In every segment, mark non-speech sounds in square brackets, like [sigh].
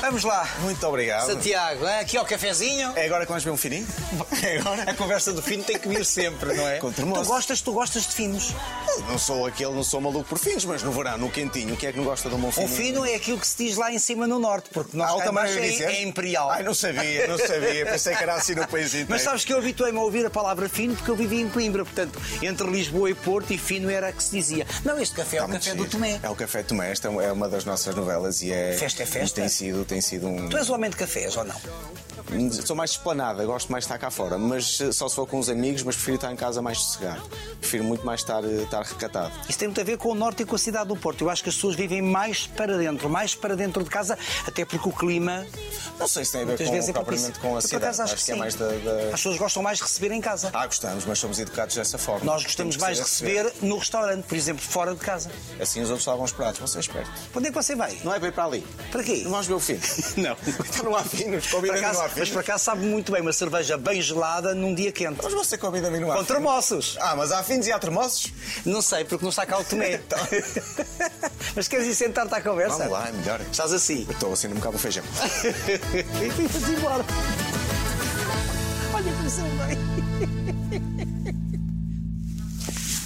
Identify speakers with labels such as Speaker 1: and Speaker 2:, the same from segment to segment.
Speaker 1: Vamos lá.
Speaker 2: Muito obrigado.
Speaker 1: Santiago, hein? aqui ao cafezinho.
Speaker 2: É agora que vamos ver um fininho?
Speaker 1: É agora. A conversa do fino tem que vir sempre, não é?
Speaker 2: Com termoço.
Speaker 1: tu gostas, tu gostas de finos.
Speaker 2: Não sou aquele, não sou maluco por fins, mas no verão, no quentinho, quem é que não gosta de um bom
Speaker 1: Um
Speaker 2: fininho?
Speaker 1: fino é aquilo que se diz lá em cima no norte, porque nós
Speaker 2: Ah,
Speaker 1: cá
Speaker 2: ele também
Speaker 1: embaixo
Speaker 2: ia
Speaker 1: é,
Speaker 2: dizer?
Speaker 1: é imperial.
Speaker 2: Ai, não sabia, não sabia. Pensei que era assim no país inteiro.
Speaker 1: Mas sabes que eu habituei-me a ouvir a palavra fino porque eu vivia em Coimbra, portanto, entre Lisboa e Porto, e fino era a que se dizia. Não, este café é o
Speaker 2: Está Tá muito
Speaker 1: café
Speaker 2: giro.
Speaker 1: do Tomé.
Speaker 2: É o Café de Tomé, esta é uma das nossas novelas e é.
Speaker 1: Festa é festa?
Speaker 2: e Tem sido, tem sido um. Hum,
Speaker 1: Tu é és o homem de cafés ou não?
Speaker 2: Sou mais esplanada, gosto mais de estar cá fora, mas eh, só se for com os amigos, mas prefiro estar em casa mais sossegado. Prefiro muito mais estar, eh, estar recatado.
Speaker 1: Isso tem muito a ver com o norte e com a cidade do Porto. Eu acho que as pessoas vivem mais para dentro, mais para dentro de casa, até porque o clima
Speaker 2: Não sei se tem a ver
Speaker 1: muitas
Speaker 2: com,
Speaker 1: vezes é
Speaker 2: propriamente
Speaker 1: propício.
Speaker 2: com a
Speaker 1: Eu, por
Speaker 2: cidade.
Speaker 1: acaso, acho, que,
Speaker 2: é
Speaker 1: sim.
Speaker 2: mais da.
Speaker 1: As
Speaker 2: da-
Speaker 1: pessoas gostam mais de receber em casa.
Speaker 2: Ah, gostamos, mas somos educados dessa forma.
Speaker 1: Nós gostamos
Speaker 2: Temos que
Speaker 1: mais de
Speaker 2: saber
Speaker 1: receber no restaurante, por exemplo, fora de casa.
Speaker 2: Assim os outros lavam os pratos, você é esperto.
Speaker 1: Para onde é que você vai?
Speaker 2: Não é bem para ali.
Speaker 1: Para quê?
Speaker 2: Não vamos ver o fino.
Speaker 1: Não.
Speaker 2: [laughs] Então não há finos,
Speaker 1: Por
Speaker 2: convida-me
Speaker 1: acaso-
Speaker 2: não há
Speaker 1: mas
Speaker 2: finos.
Speaker 1: por acaso sabe muito bem uma cerveja bem gelada num dia quente.
Speaker 2: Mas você convida-me não há
Speaker 1: Com
Speaker 2: finos.
Speaker 1: termoços.
Speaker 2: Ah, mas há finos e há termoços?
Speaker 1: Não sei, porque não está cá o
Speaker 2: [laughs]
Speaker 1: Tomé.
Speaker 2: Então.
Speaker 1: mas queres ir sentar-te à conversa?
Speaker 2: Vamos lá, é melhor.
Speaker 1: Estás
Speaker 2: [laughs]
Speaker 1: assim.
Speaker 2: Eu Estou assim um bocado feijão.
Speaker 1: E vamos embora. Olha como são bem.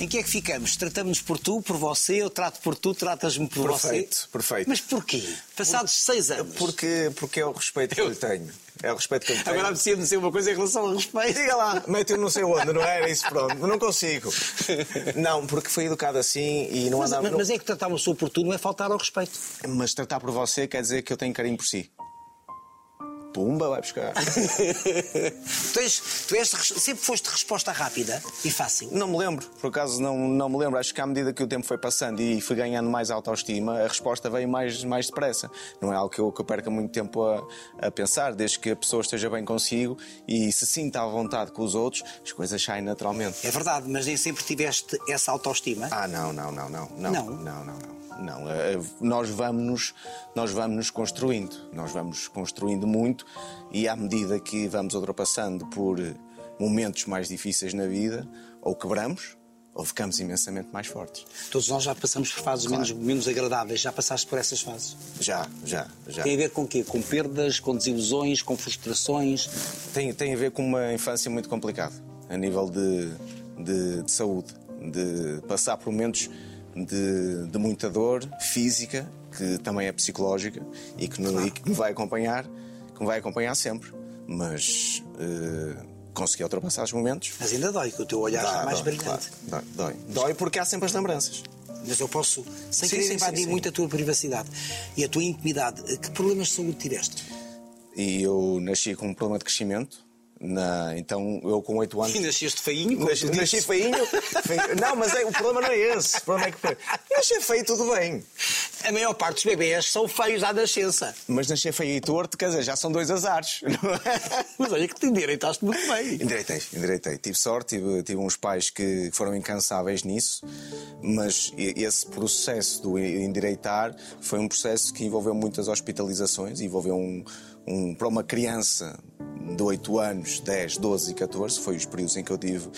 Speaker 1: Em que é que ficamos? Tratamos-nos por tu, por você, eu trato por tu, tratas-me por
Speaker 2: Perfeito,
Speaker 1: você.
Speaker 2: perfeito.
Speaker 1: Mas porquê? Passados seis anos.
Speaker 2: Porque, porque é o respeito que eu lhe tenho. É o respeito que eu lhe tenho.
Speaker 1: Agora apetecia-me dizer uma coisa em relação ao respeito.
Speaker 2: Diga lá, mete-o não sei onde, não é? era isso, pronto. Não consigo. [laughs] Não, porque fui educado assim e não
Speaker 1: Mas,
Speaker 2: andava.
Speaker 1: mas- mas é que tratar uma pessoa por tu não é faltar ao respeito.
Speaker 2: não- mas tratar por você quer dizer que eu tenho carinho por si. Pumba, vai buscar.
Speaker 1: [laughs] Tu, és, tu és- sempre foste resposta rápida e fácil.
Speaker 2: assim, Não me lembro, por acaso não, não me lembro. Acho que à medida que o tempo foi passando e fui ganhando mais autoestima, a resposta veio mais, mais depressa. Não é algo que eu, que eu perca muito tempo a, a pensar, desde que a pessoa esteja bem consigo e se sinta à vontade com os outros, as coisas saem naturalmente.
Speaker 1: É verdade, mas nem sempre tiveste essa autoestima.
Speaker 2: Ah, não, não, não, não, não,
Speaker 1: Não?
Speaker 2: não, não, não. Não, eh, nós vamos-nos nós vamos construindo, nós vamos construindo muito e à medida que vamos ultrapassando por eh, momentos mais difíceis na vida, ou quebramos ou ficamos imensamente mais fortes.
Speaker 1: Todos nós já passamos por fases menos, menos agradáveis. Já passaste por essas fases?
Speaker 2: Já, já, já.
Speaker 1: Tem a ver com o quê? Com perdas, com desilusões, com frustrações.
Speaker 2: Tem, tem a ver com uma infância muito complicada, a nível de, de, de saúde, de passar por momentos de, de muita dor física, que também é psicológica e que, no- e que me vai acompanhar, que me vai acompanhar sempre. Mas eh, consegui ultrapassar os momentos. Ah,
Speaker 1: Mas ainda dói, que o teu olhar está mais
Speaker 2: dói,
Speaker 1: brilhante.
Speaker 2: claro, dói, dói. Dói porque há sempre as lembranças.
Speaker 1: Mas eu posso, sem
Speaker 2: Sim,
Speaker 1: querer,
Speaker 2: sim,
Speaker 1: invadir
Speaker 2: sim, sim.
Speaker 1: muito a tua privacidade e a tua intimidade. eh, Que problemas de saúde tiveste?
Speaker 2: E eu nasci com um problema de crescimento. Na, então, eu com 8 anos.
Speaker 1: nasceste feinho? como
Speaker 2: Nasci,
Speaker 1: tu
Speaker 2: nasci
Speaker 1: dizes.
Speaker 2: feinho. Feio. Não, mas é- o problema não é esse. O problema é que foi. Nasci feio, tudo bem.
Speaker 1: A maior parte dos bebés são feios à nascença.
Speaker 2: Mas nasci feio e torto, quer dizer, já são dois azares. não é?
Speaker 1: Mas olha que te endireitaste muito bem.
Speaker 2: Endireitei, endireitei. Tive sorte, tive, tive uns pais que foram incansáveis nisso, mas e- esse processo do endireitar foi um processo que envolveu muitas hospitalizações, envolveu um, um- para uma criança de 8 anos, 10, 12 e 14, foi os períodos em que eu tive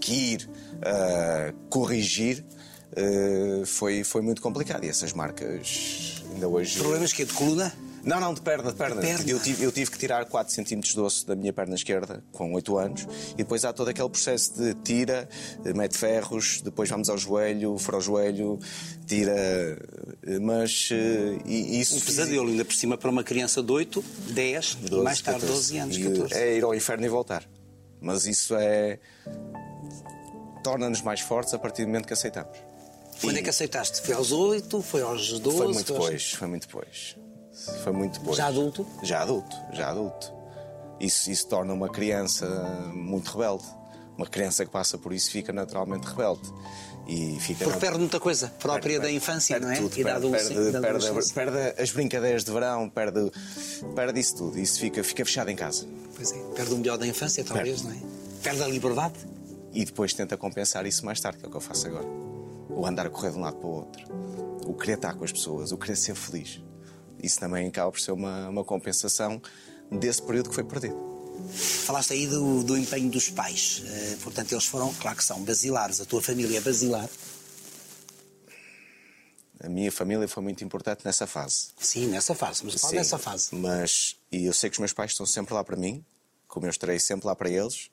Speaker 2: que ir ah, corrigir, ah, foi, foi muito complicado. E essas marcas ainda hoje.
Speaker 1: Problemas que é de coluna?
Speaker 2: Não, não, de perna, de perna.
Speaker 1: De perna.
Speaker 2: Eu, tive, eu tive que tirar 4 centímetros de osso da minha perna esquerda com 8 anos e depois há todo aquele processo de tira, eh, mete ferros, depois vamos ao joelho, fora o joelho, tira. eh, Mas eh, e- e isso.
Speaker 1: Um pesadelo, ainda por cima, para uma criança de 8, 10, e
Speaker 2: 12,
Speaker 1: mais tarde 12 anos, 14.
Speaker 2: E, eh, É ir ao inferno e voltar. Mas isso é. torna-nos mais fortes a partir do momento que aceitamos.
Speaker 1: Quando é que aceitaste? Foi aos 8, foi aos 12?
Speaker 2: Foi muito
Speaker 1: foi aos-
Speaker 2: depois, foi muito depois. Foi muito depois.
Speaker 1: Já adulto?
Speaker 2: Já adulto, já adulto. Isso, isso torna uma criança muito rebelde. Uma criança que passa por isso fica naturalmente rebelde. E fica
Speaker 1: Porque perde muita coisa própria da infância,
Speaker 2: perde
Speaker 1: não é?
Speaker 2: tudo,
Speaker 1: e da
Speaker 2: perde,
Speaker 1: adolescência.
Speaker 2: perde-
Speaker 1: da
Speaker 2: perde-
Speaker 1: adolescência.
Speaker 2: perde as brincadeiras de verão, perde, perde isso tudo. Isso fica, fica fechado em casa.
Speaker 1: Pois é, perde o melhor da infância, talvez, não é? Perde a liberdade.
Speaker 2: E depois tenta compensar isso mais tarde, que é o que eu faço agora. O andar a correr de um lado para o outro, o querer estar com as pessoas, o querer ser feliz. Isso também acaba por ser uma, uma compensação desse período que foi perdido.
Speaker 1: Falaste aí do, do empenho dos pais. Eh, portanto, eles foram, claro que são basilares. A tua família é basilar.
Speaker 2: A minha família foi muito importante nessa fase.
Speaker 1: Sim, nessa fase, mas fala
Speaker 2: Sim,
Speaker 1: nessa fase.
Speaker 2: Mas e eu sei que os meus pais estão sempre lá para mim, como eu estarei é sempre lá para eles,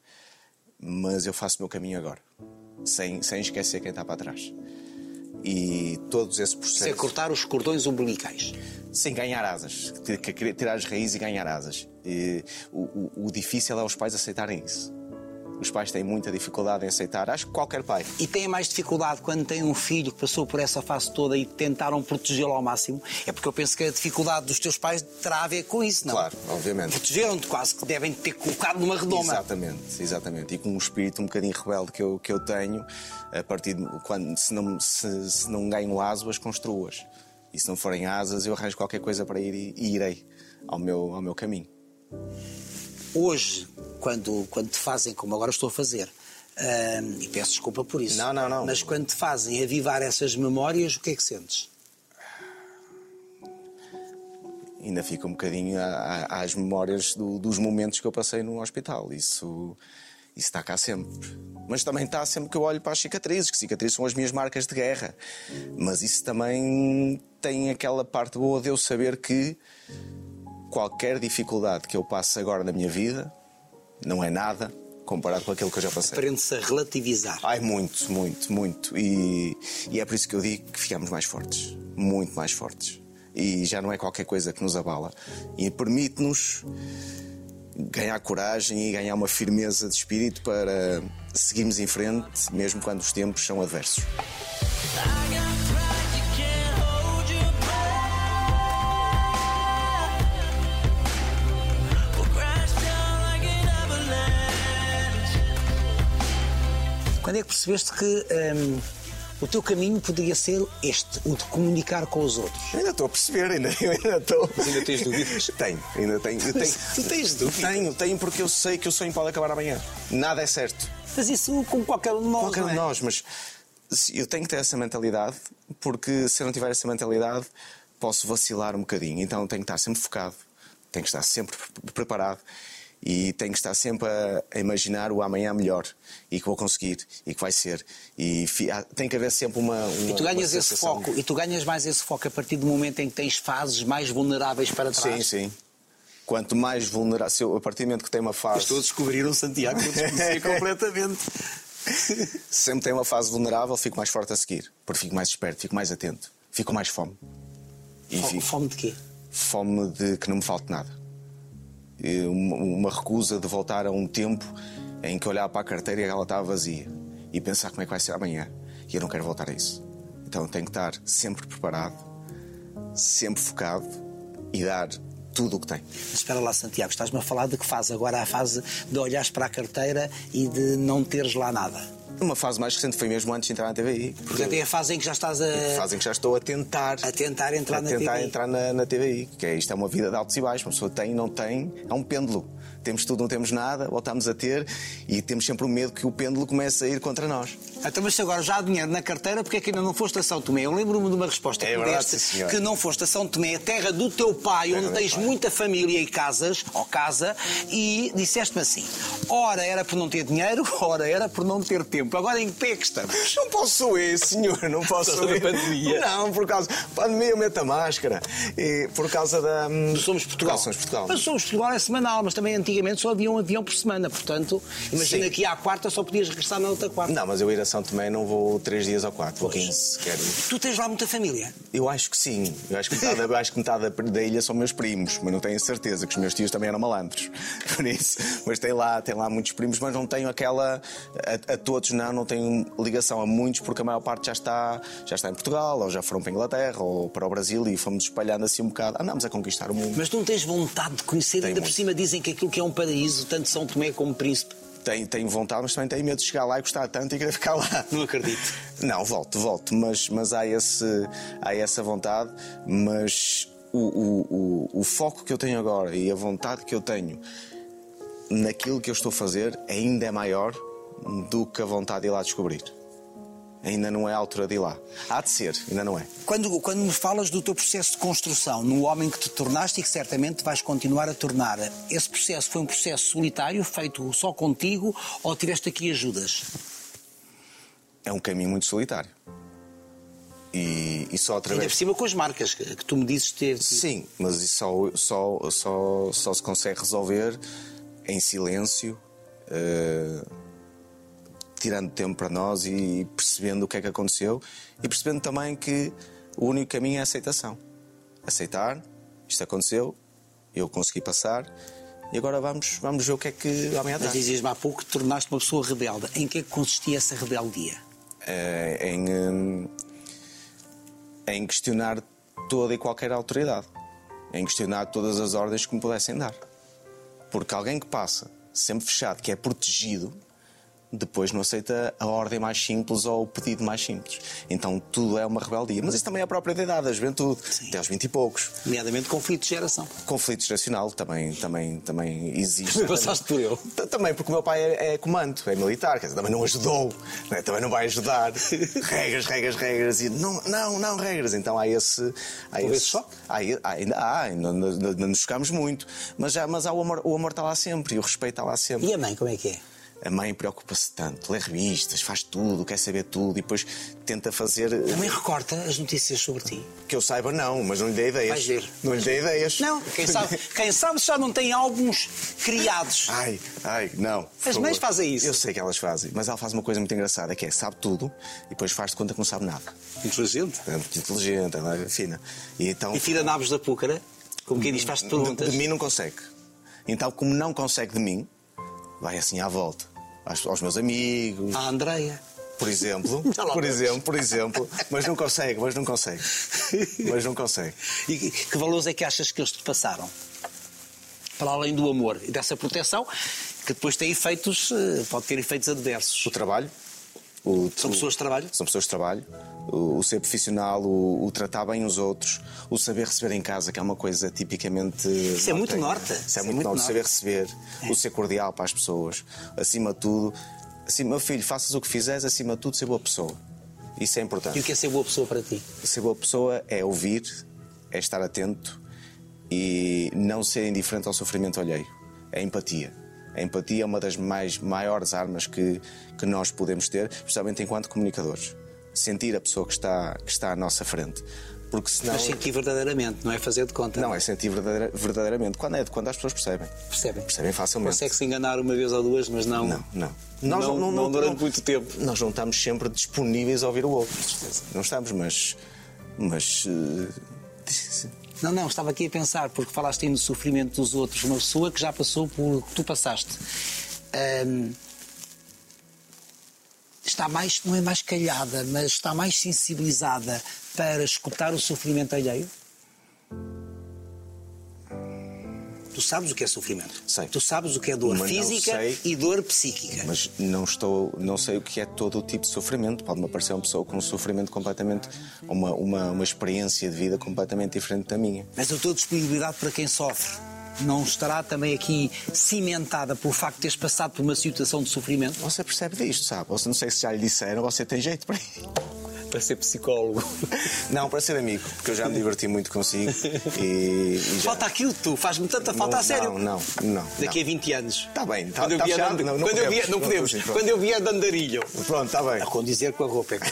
Speaker 2: mas eu faço o meu caminho agora, sem, sem esquecer quem está para trás. E todos esses
Speaker 1: Isso é
Speaker 2: processos.
Speaker 1: cortar os cordões umbilicais.
Speaker 2: Sem ganhar asas, que- que- que- tirar as raízes e ganhar asas. E o, o- o difícil é os pais aceitarem isso. Os pais têm muita dificuldade em aceitar, acho que qualquer pai.
Speaker 1: E têm mais dificuldade quando têm um filho que passou por essa fase toda e tentaram protegê-lo ao máximo. É porque eu penso que a dificuldade dos teus pais terá a ver com isso, não? é?
Speaker 2: Claro, obviamente.
Speaker 1: Protegeram-te quase, que devem te ter colocado numa redoma.
Speaker 2: Exatamente, exatamente. E com um espírito um bocadinho rebelde que eu, que eu tenho, a partir de quando, se não, se, se não ganho asas, construo-as. E se não forem asas, eu arranjo qualquer coisa para ir e, e irei ao meu, ao meu caminho.
Speaker 1: Hoje, quando, quando te fazem, como agora estou a fazer, hum, e peço desculpa por isso.
Speaker 2: Não, não, não.
Speaker 1: Mas quando te fazem avivar essas memórias, o que é que sentes?
Speaker 2: Ainda fica um bocadinho a- a- às memórias do- dos momentos que eu passei no hospital. Isso, isso está cá sempre. Mas também está sempre que eu olho para as cicatrizes, que cicatrizes são as minhas marcas de guerra. Mas isso também tem aquela parte boa de eu saber que qualquer dificuldade que eu passe agora na minha vida não é nada comparado com aquilo que eu já passei.
Speaker 1: Aprende-se a relativizar.
Speaker 2: Ai, muito, muito, muito. E, e é por isso que eu digo que ficamos mais fortes. Muito mais fortes. E já não é qualquer coisa que nos abala. E permite-nos ganhar coragem e ganhar uma firmeza de espírito para seguirmos em frente, mesmo quando os tempos são adversos.
Speaker 1: Quando é que percebeste que hum, o teu caminho poderia ser este, o de comunicar com os outros?
Speaker 2: Ainda estou a perceber, ainda, eu ainda estou.
Speaker 1: Mas ainda tens dúvidas?
Speaker 2: Tenho, ainda tenho. Eu tenho
Speaker 1: Tu tens dúvidas?
Speaker 2: Tenho, tenho, porque eu sei que o sonho pode acabar amanhã. Nada é certo.
Speaker 1: Mas isso com qualquer um de nós.
Speaker 2: Qualquer um
Speaker 1: não é?
Speaker 2: de nós, mas se- eu tenho que ter essa mentalidade, porque se eu não tiver essa mentalidade, posso vacilar um bocadinho. Então tenho que estar sempre focado, tenho que estar sempre pre- preparado e tenho que estar sempre a, a imaginar o amanhã melhor e que vou conseguir e que vai ser. E fi- há- tem que haver sempre uma. uma
Speaker 1: E tu ganhas esse foco, e tu ganhas mais esse foco a partir do momento em que tens fases mais vulneráveis para
Speaker 2: Sim,
Speaker 1: trás.
Speaker 2: sim. Quanto mais vulnerável, se eu- a partir do momento que tem uma fase.
Speaker 1: Estou a descobrir um Santiago que eu
Speaker 2: [laughs]
Speaker 1: desconhecia completamente.
Speaker 2: sempre tem uma fase vulnerável, fico mais forte a seguir. Porque fico mais esperto, fico mais atento, fico com mais fome. E
Speaker 1: Fome,
Speaker 2: fico
Speaker 1: fome de quê?
Speaker 2: fome de que não me falte nada. E Uma uma recusa de voltar a um tempo em que eu olhava para a carteira e ela estava vazia e pensar como é que vai ser amanhã. E eu não quero voltar a isso. Então tenho que estar sempre preparado, sempre focado e dar tudo o que tenho.
Speaker 1: Mas Espera lá, Santiago, estás-me a falar de que fase agora a fase de olhares para a carteira e de não teres lá nada.
Speaker 2: Uma fase mais recente foi mesmo antes de entrar na TVI.
Speaker 1: Portanto, é a fase em que já estás a,
Speaker 2: Fazem que já estou a tentar.
Speaker 1: a tentar entrar
Speaker 2: a
Speaker 1: na
Speaker 2: tentar
Speaker 1: TV.
Speaker 2: entrar na, na TVI, que é, isto é uma vida de altos e baixos, uma pessoa tem, não tem, é um pêndulo. Temos tudo, não temos nada, voltamos a ter e temos sempre o medo que o pêndulo comece a ir contra nós.
Speaker 1: Então, mas se agora já há dinheiro na carteira, porque é que ainda não foste a São Tomé? Eu lembro-me de uma resposta
Speaker 2: É
Speaker 1: que me
Speaker 2: verdade,
Speaker 1: deste,
Speaker 2: sim, senhor.
Speaker 1: que não foste a São Tomé, a terra do teu pai,
Speaker 2: Terra
Speaker 1: onde
Speaker 2: do
Speaker 1: tens
Speaker 2: pai.
Speaker 1: muita família e casas, ou casa, e disseste-me assim, ora era por não ter dinheiro, [laughs] ora era por não ter tempo. Agora em que pé é que estamos?
Speaker 2: Não posso eu, senhor, não posso
Speaker 1: causa
Speaker 2: eu.
Speaker 1: da pandemia.
Speaker 2: Não, por causa pandemia eu meto a máscara. E por causa da. hum,
Speaker 1: Somos Portugal.
Speaker 2: Não, somos Portugal.
Speaker 1: Mas Somos Portugal é semanal, mas também antigamente só havia um avião por semana. Portanto, imagina
Speaker 2: Sim.
Speaker 1: que à quarta só podias regressar na outra quarta.
Speaker 2: Não, mas eu ir a São Tomé não vou três dias ou quatro, vou
Speaker 1: Pois.
Speaker 2: 15, quero.
Speaker 1: Tu tens lá muita família.
Speaker 2: Eu acho que sim. Eu acho que metade, eu acho que metade da, da ilha são meus primos, mas não tenho certeza, que os meus tios também eram malandros. [laughs] Por isso. Mas tem lá, tem lá muitos primos, mas não tenho aquela. A, a todos não, não tenho ligação a muitos, porque a maior parte já está, já está em Portugal, ou já foram para a Inglaterra, ou para o Brasil, e fomos espalhando assim um bocado. Andámos a conquistar o mundo.
Speaker 1: Mas não tens vontade de conhecer, ainda por
Speaker 2: muito.
Speaker 1: cima dizem que aquilo que é um paraíso, tanto São Tomé como Príncipe.
Speaker 2: Tenho, tenho vontade, mas também tenho medo de chegar lá e gostar tanto e querer ficar lá.
Speaker 1: [laughs] Não acredito.
Speaker 2: Não, volto, volto, mas, mas há, esse, há essa vontade, mas o, o- o- o foco que eu tenho agora e a vontade que eu tenho naquilo que eu estou a fazer ainda é maior do que a vontade de ir lá descobrir. Ainda não é a altura de ir lá. Há de ser, ainda não é.
Speaker 1: Quando, quando me falas do teu processo de construção, no homem que te tornaste e que certamente vais continuar a tornar, esse processo foi um processo solitário, feito só contigo, ou tiveste aqui ajudas?
Speaker 2: É um caminho muito solitário. E, e só através.
Speaker 1: Ainda por cima com as marcas que, que tu me dizes ter.
Speaker 2: Sim, mas isso só, só, só, só se consegue resolver em silêncio, eh, tirando tempo para nós e percebendo o que é que aconteceu e percebendo também que o único caminho é a aceitação. Aceitar, isto aconteceu, eu consegui passar e agora vamos, vamos ver o que é que amanhã
Speaker 1: Mas
Speaker 2: traz.
Speaker 1: dizias-me há pouco que tornaste uma pessoa rebelde. Em que é que consistia essa rebeldia?
Speaker 2: eh, em, hum, em questionar toda e qualquer autoridade, em questionar todas as ordens que me pudessem dar. Porque alguém que passa sempre fechado, que é protegido, depois não aceita a ordem mais simples ou o pedido mais simples. Então tudo é uma rebeldia. Mas isso também é a própria idade, a juventude, até aos 20 e poucos.
Speaker 1: Nomeadamente conflito de geração.
Speaker 2: Conflito geracional também, também,
Speaker 1: [laughs]
Speaker 2: também existe.
Speaker 1: Também [laughs] passaste por ele.
Speaker 2: T- Também porque o meu pai é, é comando, é militar, quer dizer, também não ajudou, né? também não vai ajudar. [laughs] regras, regras, regras, e não, não, não, regras. Então há esse. Há
Speaker 1: Houve esse choque?
Speaker 2: há e- há- ainda há, ainda não- não não nos chocamos muito. Mas, já, mas há o, amor, o amor está lá sempre e o respeito está lá sempre.
Speaker 1: E a mãe, como é que é?
Speaker 2: A mãe preocupa-se tanto, lê revistas, faz tudo, quer saber tudo e depois tenta fazer. eh,
Speaker 1: A mãe recorta as notícias sobre ti.
Speaker 2: Que eu saiba, não, mas não lhe dei ideias.
Speaker 1: Vais ver.
Speaker 2: Não lhe dei ideias.
Speaker 1: Não, quem sabe, quem sabe já não tem álbuns criados.
Speaker 2: Ai, ai, não. por
Speaker 1: As
Speaker 2: favor.
Speaker 1: mães fazem isso.
Speaker 2: Eu sei que elas fazem, mas ela faz uma coisa muito engraçada, que é sabe tudo e depois faz de conta que não sabe nada.
Speaker 1: Inteligente.
Speaker 2: É muito inteligente, ela é fina. E então
Speaker 1: Ah, E tira nabos da púcara, como quem diz, faz-te
Speaker 2: de,
Speaker 1: perguntas.
Speaker 2: de mim não consegue. Então, como não consegue de mim, vai assim à volta. Aos, aos meus amigos,
Speaker 1: A Andreia. [laughs]
Speaker 2: por exemplo.
Speaker 1: Já lá
Speaker 2: por
Speaker 1: vamos.
Speaker 2: exemplo, por exemplo. Mas não consegue, mas não consegue. Mas não consegue.
Speaker 1: E que- que valores é que achas que eles te passaram? Para além do amor e dessa proteção, que depois tem efeitos, eh, pode ter efeitos adversos.
Speaker 2: O trabalho. O,
Speaker 1: São pessoas de trabalho?
Speaker 2: São pessoas de trabalho, o, o ser profissional, o, o tratar bem os outros, o saber receber em casa, que é uma coisa tipicamente. Isso
Speaker 1: é muito norte.
Speaker 2: Isso é muito norte. O saber receber, o ser cordial para as pessoas, acima de tudo. Assim, meu filho, faças o que fizeres, acima de tudo, ser boa pessoa. Isso é
Speaker 1: E o
Speaker 2: importante.
Speaker 1: que é ser boa pessoa para ti?
Speaker 2: Ser boa pessoa é ouvir, é estar atento e não ser indiferente ao sofrimento alheio. É empatia. A empatia é uma das mais maiores armas que, que nós podemos ter, especialmente enquanto comunicadores. Sentir a pessoa que está, que está à nossa frente. Porque senão.
Speaker 1: Mas sentir verdadeiramente, não é fazer de conta.
Speaker 2: Não, é sentir verdadeira- verdadeiramente. Quando é de quando as pessoas percebem.
Speaker 1: Percebem?
Speaker 2: Percebem facilmente.
Speaker 1: Consegue-se enganar uma vez ou duas, mas não.
Speaker 2: Não, não.
Speaker 1: Não- não durante muito tempo.
Speaker 2: Nós não estamos sempre disponíveis a ouvir o outro. Não estamos, mas. Mas. eh,
Speaker 1: Não, não, estava aqui a pensar, porque falaste aí no sofrimento dos outros, uma pessoa que já passou por o que tu passaste. Ahm, está mais, não é mais calhada, mas está mais sensibilizada para escutar o sofrimento alheio? Tu sabes o que é sofrimento.
Speaker 2: Sei.
Speaker 1: Tu sabes o que é dor
Speaker 2: Mas não
Speaker 1: física
Speaker 2: sei.
Speaker 1: e dor psíquica.
Speaker 2: Mas não estou, não sei o que é todo o tipo de sofrimento. Pode-me aparecer uma pessoa com um sofrimento completamente, uma, uma, uma experiência de vida completamente diferente da minha.
Speaker 1: Mas a tua disponibilidade para quem sofre não estará também aqui cimentada pelo facto de teres passado por uma situação de sofrimento?
Speaker 2: Você percebe disto, sabe? Você não sei se já lhe disseram, você tem jeito para isso.
Speaker 1: Para ser psicólogo.
Speaker 2: Não, para ser amigo, porque eu já me diverti muito consigo e, e já-
Speaker 1: Falta aquilo tu, faz-me tanta [laughs] falta
Speaker 2: não,
Speaker 1: a sério.
Speaker 2: Não, não, não.
Speaker 1: Daqui a
Speaker 2: não.
Speaker 1: 20 anos.
Speaker 2: Tá bem, tá-
Speaker 1: quando eu
Speaker 2: tá
Speaker 1: vier,
Speaker 2: fechado?
Speaker 1: de-
Speaker 2: Não, não
Speaker 1: quando eu vier-
Speaker 2: podemos.
Speaker 1: não
Speaker 2: Não
Speaker 1: podemos.
Speaker 2: podemos, pronto.
Speaker 1: quando eu vier de andarilho.
Speaker 2: Pronto, está bem.
Speaker 1: A conduzir com a roupa. é claro.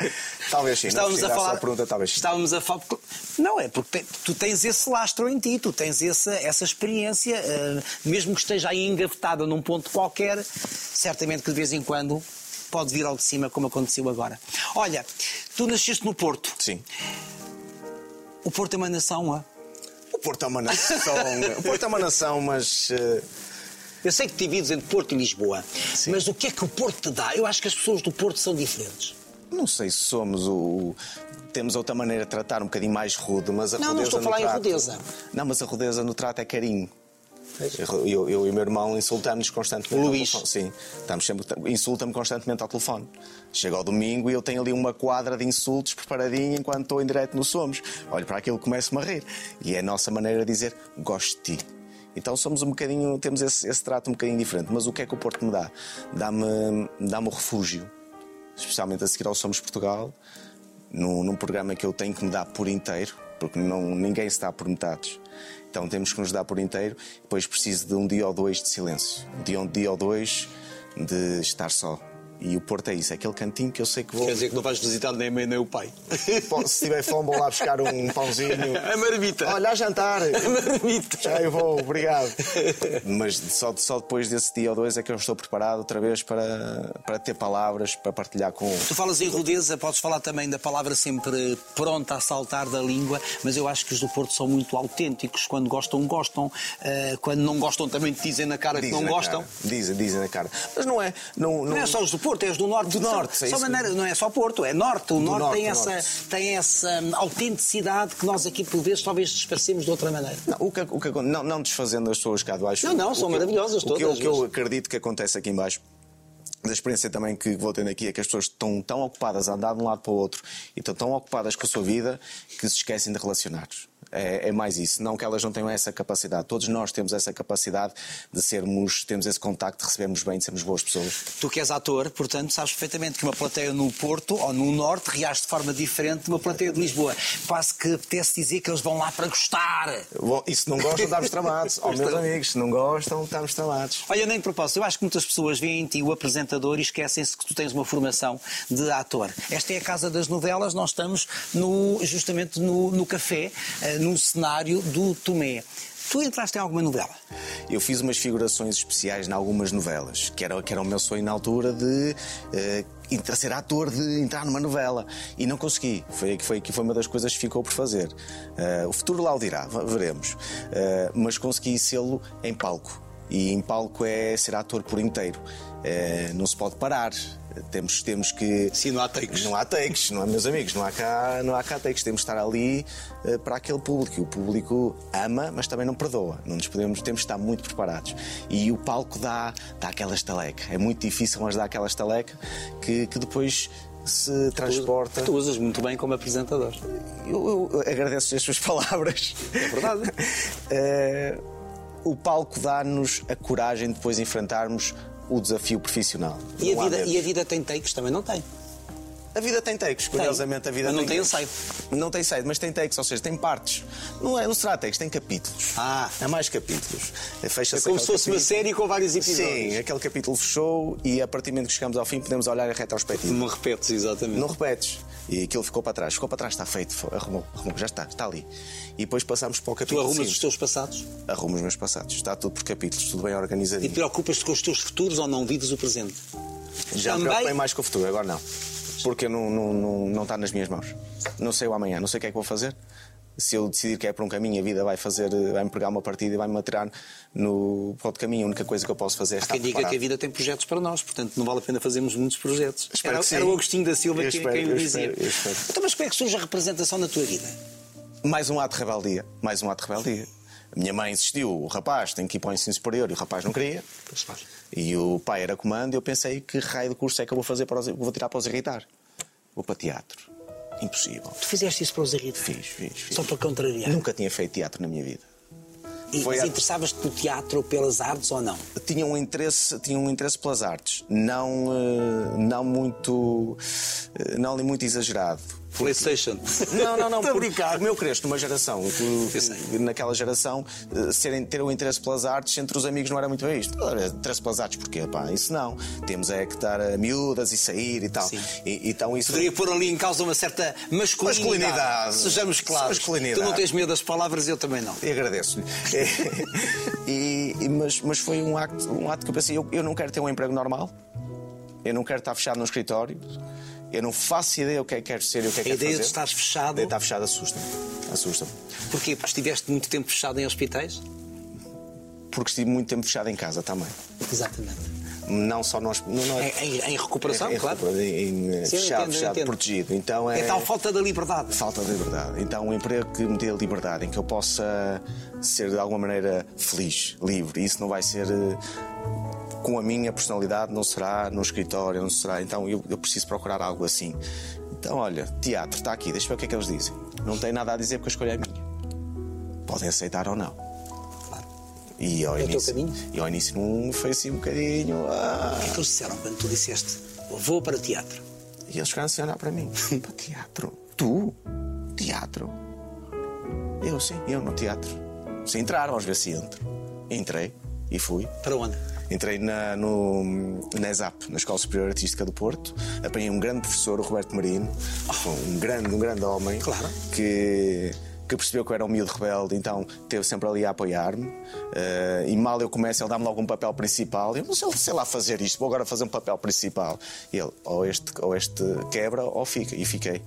Speaker 2: [laughs] Talvez sim, não
Speaker 1: Estávamos a
Speaker 2: percebi,
Speaker 1: falar.
Speaker 2: essa pergunta talvez sim.
Speaker 1: Estávamos a falar. Não, é porque te- tu tens esse lastro em ti, tu tens essa, essa experiência, eh, mesmo que esteja aí engavetada num ponto qualquer, certamente que de vez em quando pode vir ao de cima, como aconteceu agora. Olha, tu nasceste no Porto.
Speaker 2: Sim.
Speaker 1: O Porto é uma nação, ah?
Speaker 2: O Porto é uma nação. o Porto é uma nação, mas. eh,
Speaker 1: Eu sei que te divides entre Porto e Lisboa, mas o que é que o Porto te dá? Eu acho que as pessoas do Porto são diferentes.
Speaker 2: Não sei se somos o. o- Temos outra maneira de tratar, um bocadinho mais rude, mas a
Speaker 1: Não, não
Speaker 2: rudeza.
Speaker 1: estou a
Speaker 2: no
Speaker 1: falar em
Speaker 2: trato-
Speaker 1: rudeza.
Speaker 2: Não, mas a rudeza no trato é carinho. Eu, eu e o meu irmão insultamos-nos constantemente.
Speaker 1: O
Speaker 2: ao
Speaker 1: Luís.
Speaker 2: telefone. Sim, estamos sempre. Insulta-me constantemente ao telefone. Chega ao domingo e eu tenho ali uma quadra de insultos preparadinha enquanto estou em direto no Somos. Olho para aquilo e começo-me a rir. E é a nossa maneira de dizer gosto de ti. Então somos um bocadinho. temos esse, esse trato um bocadinho diferente. Mas o que é que o Porto me dá? Dá-me dá um refúgio. Especialmente a seguir ao Somos Portugal, num, num programa que eu tenho que me dar por inteiro, porque não, ninguém se dá por metades. Então temos que nos dar por inteiro, depois preciso de um dia ou dois de silêncio, de um dia ou dois de estar só E o Porto é isso, é aquele cantinho que eu sei que vou.
Speaker 3: Quer dizer que não vais visitar nem a mãe nem o pai.
Speaker 2: Pô, Se tiver fome, vou lá buscar um pãozinho.
Speaker 3: A marmita.
Speaker 2: Olha, a jantar.
Speaker 3: A marmita.
Speaker 2: Já eu vou, obrigado. Mas só, só depois desse dia ou dois é que eu estou preparado outra vez para, para ter palavras, para partilhar com.
Speaker 1: Tu falas em rudeza, podes falar também da palavra sempre pronta a saltar da língua, mas eu acho que os do Porto são muito autênticos. Quando gostam, gostam. Eh, quando não gostam, também te dizem na cara
Speaker 2: Dizem
Speaker 1: que não
Speaker 2: na
Speaker 1: gostam.
Speaker 2: cara. Dizem, dizem na cara. Mas não é. Não,
Speaker 1: Não é só os do Porto, é os do Norte.
Speaker 2: Do Norte,
Speaker 1: São-
Speaker 2: é
Speaker 1: são
Speaker 2: isso.
Speaker 1: maneira- não é só Porto, é Norte. O Norte,
Speaker 2: Norte,
Speaker 1: tem, essa,
Speaker 2: Norte.
Speaker 1: tem essa hum, autenticidade que nós aqui, por vezes, talvez disfarcemos de outra maneira.
Speaker 2: Não, o que, o que, acon- não, não desfazendo as pessoas cá de baixo.
Speaker 1: Não, não,
Speaker 2: O
Speaker 1: são
Speaker 2: que eu-
Speaker 1: maravilhosas
Speaker 2: o que eu-
Speaker 1: todas,
Speaker 2: O que eu
Speaker 1: mas-
Speaker 2: acredito que acontece aqui em baixo, da experiência também que vou tendo aqui, é que as pessoas estão tão ocupadas a andar de um lado para o outro e estão tão ocupadas com a sua vida que se esquecem de relacionar. É, é mais isso, não que elas não tenham essa capacidade. Todos nós temos essa capacidade de sermos, temos esse contacto, de recebermos bem, de sermos boas pessoas.
Speaker 1: Tu que és ator, portanto, sabes perfeitamente que uma plateia no Porto ou no Norte reage de forma diferente de uma plateia de Lisboa. Quase que apetece dizer que eles vão lá para gostar.
Speaker 2: Bom, e se não gostam, dá-vos [laughs] tramados. Ó, meus amigos, se não gostam, dá-vos tramados.
Speaker 1: Olha, nem de propósito, eu acho que muitas pessoas veem em ti o apresentador e esquecem-se que tu tens uma formação de ator. Esta é a Casa das Novelas, nós estamos no- justamente no, no café, eh, num cenário do Tomé. Tu entraste em alguma novela?
Speaker 2: Eu fiz umas figurações especiais em algumas novelas, que era, que era o meu sonho na altura de eh, entrar- ser ator, de entrar numa novela. E não consegui. Foi, foi, que foi uma das coisas que ficou por fazer. Eh, o futuro lá o dirá, v- veremos. Eh, mas consegui sê-lo em palco. E em palco é ser ator por inteiro. Eh, não se pode parar. Temos, temos que.
Speaker 3: Sim, não há takes.
Speaker 2: Não há takes, não há, meus amigos, não há cá, não há cá takes. Temos de estar ali eh, para aquele público. E O público ama, mas também não perdoa. Não nos podemos, temos de estar muito preparados. E o palco dá, dá aquela estaleca. É muito difícil, mas dá aquela estaleca que, que depois se transporta.
Speaker 1: Tu usas muito bem como apresentador.
Speaker 2: Eu, eu agradeço as suas palavras. É verdade. [laughs] o palco dá-nos a coragem de depois enfrentarmos o desafio profissional.
Speaker 1: E
Speaker 2: Não
Speaker 1: a,
Speaker 2: há
Speaker 1: vida,
Speaker 2: medo.
Speaker 1: e a vida tem takes? Também não tem.
Speaker 2: A vida tem takes, curiosamente a vida
Speaker 1: Mas não tem
Speaker 2: takes. Não tem ensaio, mas tem takes, ou seja, tem partes. Não, é, não será takes, tem capítulos.
Speaker 1: Ah.
Speaker 2: há mais capítulos. Fecha
Speaker 3: É como se fosse uma série com vários
Speaker 2: Sim,
Speaker 3: episódios.
Speaker 2: aquele capítulo fechou e a partir do momento que chegamos ao fim podemos olhar a retrospectiva.
Speaker 3: Não repetes, exatamente.
Speaker 2: Não repetes. E aquilo ficou para trás. Ficou para trás, está feito. foi- Arrumou, arrumou, já está, está ali. E depois passamos para o
Speaker 1: Tu
Speaker 2: capítulo.
Speaker 1: arrumas os
Speaker 2: seguinte.
Speaker 1: teus passados
Speaker 2: Arrumo os meus passados. Está tudo por capítulos, tudo bem
Speaker 1: e
Speaker 2: organizadinho.
Speaker 1: preocupas-te com os teus futuros ou não vives o presente?
Speaker 2: Tá Já me
Speaker 1: Também-
Speaker 2: preocupei mais com o futuro, agora não. Porque não, não, não, não está nas minhas mãos. Não sei o amanhã, não sei o que é que vou fazer. Se eu decidir que é por um caminho, a vida vai fazer, vai-me pegar uma partida e vai-me atirar no para outro caminho. A única coisa que eu posso fazer é estar
Speaker 1: Quem diga que
Speaker 2: preparado.
Speaker 1: a vida tem projetos para nós, portanto não vale a pena fazermos muitos projetos.
Speaker 2: Espero
Speaker 1: Era,
Speaker 2: que sim.
Speaker 1: era o Agostinho da Silva
Speaker 2: Eu
Speaker 1: quem,
Speaker 2: espero,
Speaker 1: quem o
Speaker 2: eu
Speaker 1: dizia.
Speaker 2: espero, eu espero.
Speaker 1: Então, mas como é que surge a representação na tua vida?
Speaker 2: Mais um ato de rebeldia. Mais um ato de rebeldia. A minha mãe insistiu, o rapaz tem que ir para o ensino superior e o rapaz não queria. E o pai era comando e eu pensei que raio de curso é que eu vou fazer para os, vou tirar para os irritar. Vou para teatro. Impossível.
Speaker 1: Tu fizeste isso para os irritar?
Speaker 2: Fiz, fiz, fiz.
Speaker 1: Só para contrariar.
Speaker 2: Nunca tinha feito teatro na minha vida.
Speaker 1: E,
Speaker 2: Foi
Speaker 1: mas
Speaker 2: a-
Speaker 1: interessavas-te pelo teatro ou pelas artes ou não?
Speaker 2: tinha um interesse tinha um interesse pelas artes não eh, não muito eh, não ali muito exagerado
Speaker 3: PlayStation.
Speaker 2: não não não
Speaker 3: [laughs] Tô a
Speaker 2: porque-
Speaker 3: brincar.
Speaker 2: porque eu cresço numa geração que-
Speaker 1: Eu sei.
Speaker 2: naquela geração eh, serem- ter o interesse pelas artes entre os amigos não era muito bem visto Ora, interesse pelas artes porquê pá isso não temos é que estar a miúdas e sair e tal
Speaker 1: Sim.
Speaker 2: E- então isso
Speaker 1: Poderia pôr ali em causa uma certa masculinidade.
Speaker 2: Masculinidade.
Speaker 1: Sejamos claros.
Speaker 2: Masculinidade.
Speaker 1: Tu não tens medo das palavras, eu também não.
Speaker 2: e agradeço-lhe. [laughs] E- e- mas, mas foi um ato, um ato que eu pensei: eu, eu não quero ter um emprego normal, eu não quero estar fechado num escritório, eu não faço ideia o que é que quero ser e o que é
Speaker 1: A
Speaker 2: que quero fazer.
Speaker 1: ideia de estar
Speaker 2: A
Speaker 1: fechado.
Speaker 2: ideia de estar fechado assusta-me. Assusta-me.
Speaker 1: Porquê? Porque estiveste muito tempo fechado em hospitais?
Speaker 2: Porque estive muito tempo fechado em casa também.
Speaker 1: Exatamente.
Speaker 2: Não só nós. Não, não é-
Speaker 1: Em, em- em recuperação,
Speaker 2: é- é-
Speaker 1: claro.
Speaker 2: em- em-
Speaker 1: Sim, eu entendo,
Speaker 2: fechado,
Speaker 1: eu
Speaker 2: fechado,
Speaker 1: entendo.
Speaker 2: protegido. Então é.
Speaker 1: É tal falta da liberdade.
Speaker 2: Falta de liberdade. Então, um emprego que me dê liberdade, em que eu possa ser de alguma maneira feliz, livre. Isso não vai ser eh, com a minha personalidade, não será no escritório, não será. Então, eu, eu preciso procurar algo assim. Então, olha, teatro está aqui, deixa eu ver o que é que eles dizem. Não tem nada a dizer porque a escolha é minha. Podem aceitar ou não. E ao,
Speaker 1: É o teu
Speaker 2: início,
Speaker 1: caminho.
Speaker 2: e ao início não foi assim um bocadinho. ah.
Speaker 1: O que é que eles disseram quando tu disseste vou para teatro?
Speaker 2: E eles ficaram assim a olhar para mim. Para teatro? Tu? Teatro? Eu sim, eu no teatro. Se entraram, às vezes se entro. Entrei e fui.
Speaker 1: Para onde?
Speaker 2: Entrei na, no, na ESAP, na Escola Superior Artística do Porto. Apanhei um grande professor, o Roberto Marino, um grande, um grande homem.
Speaker 1: Claro.
Speaker 2: Que que percebeu que eu era um miúdo rebelde, então teve sempre ali a apoiar-me. Eh, e mal eu começo, ele dá-me logo um papel principal. Eu não sei, sei lá fazer isto, vou agora fazer um papel principal. E ele, ou este, ou este quebra ou fica. E fiquei.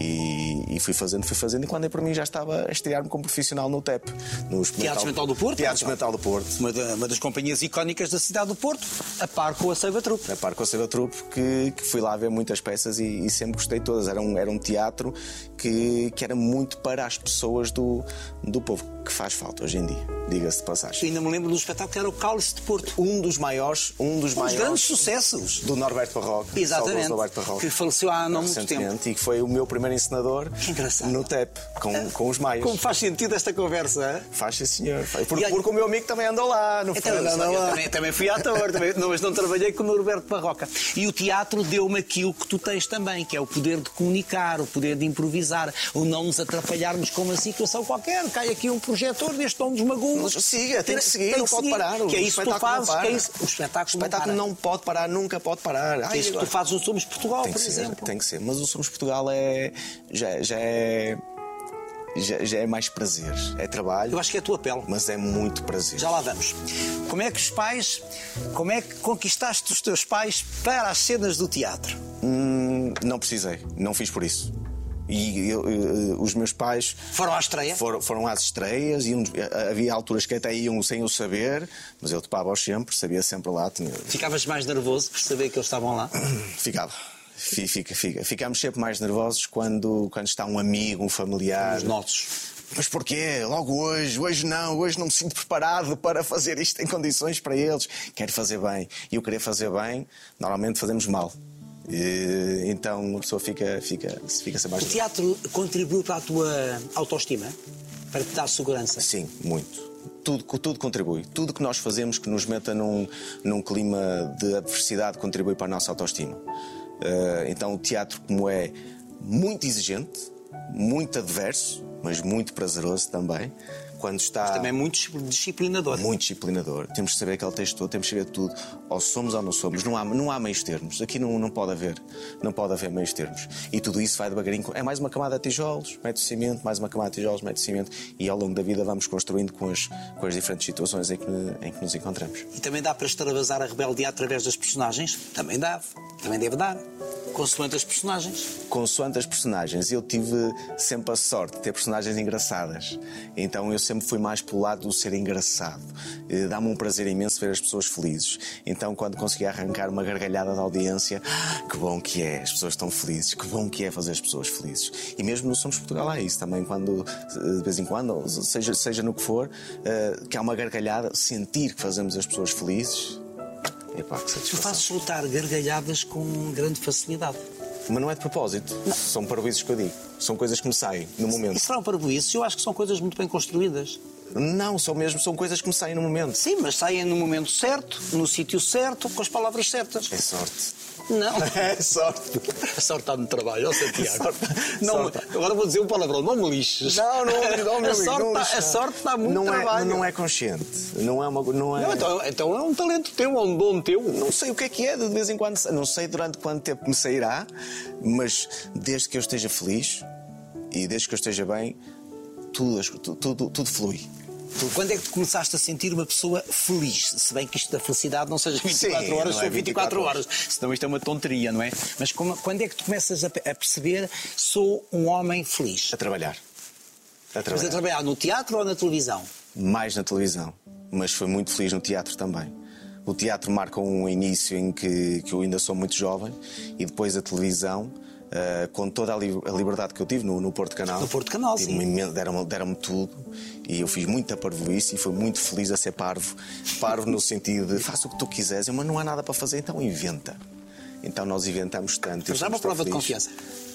Speaker 2: E, e fui fazendo, fui fazendo. E quando é para mim já estava a estrear-me como profissional no TEP. No Experimental-
Speaker 1: Experimental do Porto?
Speaker 2: Teatro Experimental do Porto.
Speaker 1: Uma, da- uma das companhias icónicas da cidade do Porto, a par com a Seiva Trupe.
Speaker 2: na Parque Conselho Trupe, que, que fui lá ver muitas peças e, e sempre gostei de todas. Era um, era um teatro que, que era muito para as pessoas do, do povo, que faz falta hoje em dia, diga-se de passagem.
Speaker 1: Ainda me lembro do espetáculo que era o Cálice de Porto.
Speaker 2: Um dos maiores, um dos
Speaker 1: Um dos
Speaker 2: maiores
Speaker 1: grandes sucessos.
Speaker 2: do Norberto Barroca,
Speaker 1: Exatamente.
Speaker 2: saudoso Norberto Barroca.
Speaker 1: Que faleceu há não muito tempo.
Speaker 2: recentemente, E que foi o meu primeiro encenador
Speaker 1: Que engraçado. É.
Speaker 2: no TEP, com, com os maios.
Speaker 1: Como faz sentido esta conversa? hã?
Speaker 2: Faz sim, senhor. Faz.
Speaker 1: E
Speaker 2: Porque,
Speaker 1: aí-
Speaker 2: porque o meu amigo também andou lá, no
Speaker 1: Então,
Speaker 2: fundo,
Speaker 1: eu
Speaker 2: andou lá.
Speaker 1: também, também fui ator, também, não, mas não trabalhei como o Roberto Barroca. E o teatro deu-me aquilo que tu tens também, que é o poder de comunicar, o poder de improvisar, o não nos atrapalharmos com uma situação qualquer. Cai aqui um projetor, deste não nos magoa.
Speaker 2: Mas siga, tem que seguir, não pode parar,
Speaker 1: Que é
Speaker 2: o
Speaker 1: isso que tu
Speaker 2: espetáculo não
Speaker 1: fazes, que é
Speaker 2: para.
Speaker 1: isso. O espetáculo,
Speaker 2: O espetáculo
Speaker 1: não,
Speaker 2: não pode parar, nunca pode parar.
Speaker 1: para.
Speaker 2: Ai,
Speaker 1: É isso que tu
Speaker 2: agora-
Speaker 1: fazes no Somos Portugal,
Speaker 2: Tem
Speaker 1: por
Speaker 2: que ser,
Speaker 1: exemplo.
Speaker 2: tem que ser. Mas o Somos Portugal é. já, já é. Já, já é mais prazer. É trabalho,
Speaker 1: Eu acho que é a tua pele.
Speaker 2: mas é muito prazer.
Speaker 1: Já lá vamos. Como é que os pais, como é que conquistaste os teus pais para as cenas do teatro?
Speaker 2: Hum, não precisei, não fiz por isso. E eu- eu- os meus pais
Speaker 1: Foram à estreia?
Speaker 2: foram, foram às estreias, iam, havia alturas que até iam sem eu saber, mas eu topava-os sempre, sabia sempre lá, tinha,
Speaker 1: Ficavas mais nervoso por saber que eles estavam lá?
Speaker 2: Ficava. Fi- Fica, fica. Ficamos sempre mais nervosos quando, quando está um amigo, um familiar.
Speaker 1: Os nossos.
Speaker 2: Mas porquê? Logo hoje, hoje não, hoje não me sinto preparado para fazer isto em condições para eles. Quero fazer bem. E o querer fazer bem, normalmente fazemos mal. E, então a pessoa fica, fica, fica sem mais
Speaker 1: O teatro contribuiu para a tua autoestima? Para te dar segurança?
Speaker 2: Sim, muito. Tudo, tudo contribui. Tudo que nós fazemos que nos meta num, num clima de adversidade contribui para a nossa autoestima. Eh, então, o teatro, como é muito exigente, muito adverso, mas muito prazeroso também, quando está
Speaker 1: Também é muito disciplinador.
Speaker 2: é muito disciplinador, temos de saber aquele texto todo, temos de saber tudo. Ou somos ou não somos, não há, não há meios termos. Aqui não, não pode haver, não pode haver meios termos. E tudo isso vai devagarinho. É mais uma camada de tijolos, mete cimento, mais uma camada de tijolos, mete cimento. E ao longo da vida vamos construindo com as, com as diferentes situações em que, em que nos encontramos.
Speaker 1: E também dá para extravasar a rebeldia através das personagens? Também dá. Também deve dar. Consoante as personagens.
Speaker 2: consoante as personagens. Eu tive sempre a sorte de ter personagens engraçadas. Então eu sempre fui mais pelo lado do ser engraçado. Eh, Dá-me um prazer imenso ver as pessoas felizes. Então quando consegui arrancar uma gargalhada da audiência, "Ah, que bom que é, as pessoas estão felizes, que bom que é fazer as pessoas felizes. E mesmo no Somos Portugal há isso também, quando eh, de vez em quando, seja, seja no que for, eh, que há uma gargalhada, sentir que fazemos as pessoas felizes. Epá, que
Speaker 1: Tu
Speaker 2: satisfação.
Speaker 1: fazes soltar gargalhadas com grande facilidade.
Speaker 2: Mas não é de propósito. São parabéns que eu digo. São coisas que me saem no momento.
Speaker 1: Isso será um parvoíce? Eu acho que são coisas muito bem construídas.
Speaker 2: Não, são mesmo são coisas que me saem no momento.
Speaker 1: Sim, mas saem no momento certo, no sítio certo, com as palavras certas.
Speaker 2: É sorte.
Speaker 1: Não.
Speaker 2: [laughs] É sorte. É
Speaker 1: A sorte está no trabalho, ó Santiago.
Speaker 2: Sorte-
Speaker 1: Não,
Speaker 2: sorte.
Speaker 1: agora vou dizer um palavrão, não me lixes.
Speaker 2: Não, [laughs] não, não, meu
Speaker 1: a,
Speaker 2: amigo,
Speaker 1: sorte
Speaker 2: não,
Speaker 1: está, a sorte está muito
Speaker 2: não É,
Speaker 1: trabalho.
Speaker 2: não é consciente. Não é uma. Não, é,
Speaker 1: Não, então, então é um talento teu, é um dom teu.
Speaker 2: não sei o que é que é, de vez em quando. Não sei durante quanto tempo me sairá, mas desde que eu esteja feliz e desde que eu esteja bem, tudo, as- tu- tudo, tudo flui.
Speaker 1: Quando é que tu começaste a sentir uma pessoa feliz? Se bem que isto da felicidade não seja 24
Speaker 2: Sim,
Speaker 1: horas,
Speaker 2: não é
Speaker 1: são 24
Speaker 2: 24
Speaker 1: horas. Senão isto é uma tonteria, não é? Mas como- quando é que tu começas a, pe- a perceber sou um homem feliz?
Speaker 2: A trabalhar. A
Speaker 1: Mas a
Speaker 2: trabalhar.
Speaker 1: trabalhar no teatro ou na televisão?
Speaker 2: mais na televisão, mas foi muito feliz no teatro também. O teatro marca um início em que, que eu ainda sou muito jovem e depois a televisão. ah, com toda a, li- a liberdade que eu tive no, no Porto Canal.
Speaker 1: No Porto Canal,
Speaker 2: Tive
Speaker 1: sim.
Speaker 2: uma imen- Deram-me deram tudo e eu fiz muita parvoíce e fui muito feliz a ser parvo. Parvo no sentido de faça o que tu quiseres, mas não há nada para fazer, então inventa. Então nós inventamos tanto. e
Speaker 1: Mas já é uma
Speaker 2: fomos tão
Speaker 1: prova de
Speaker 2: felizes.
Speaker 1: confiança.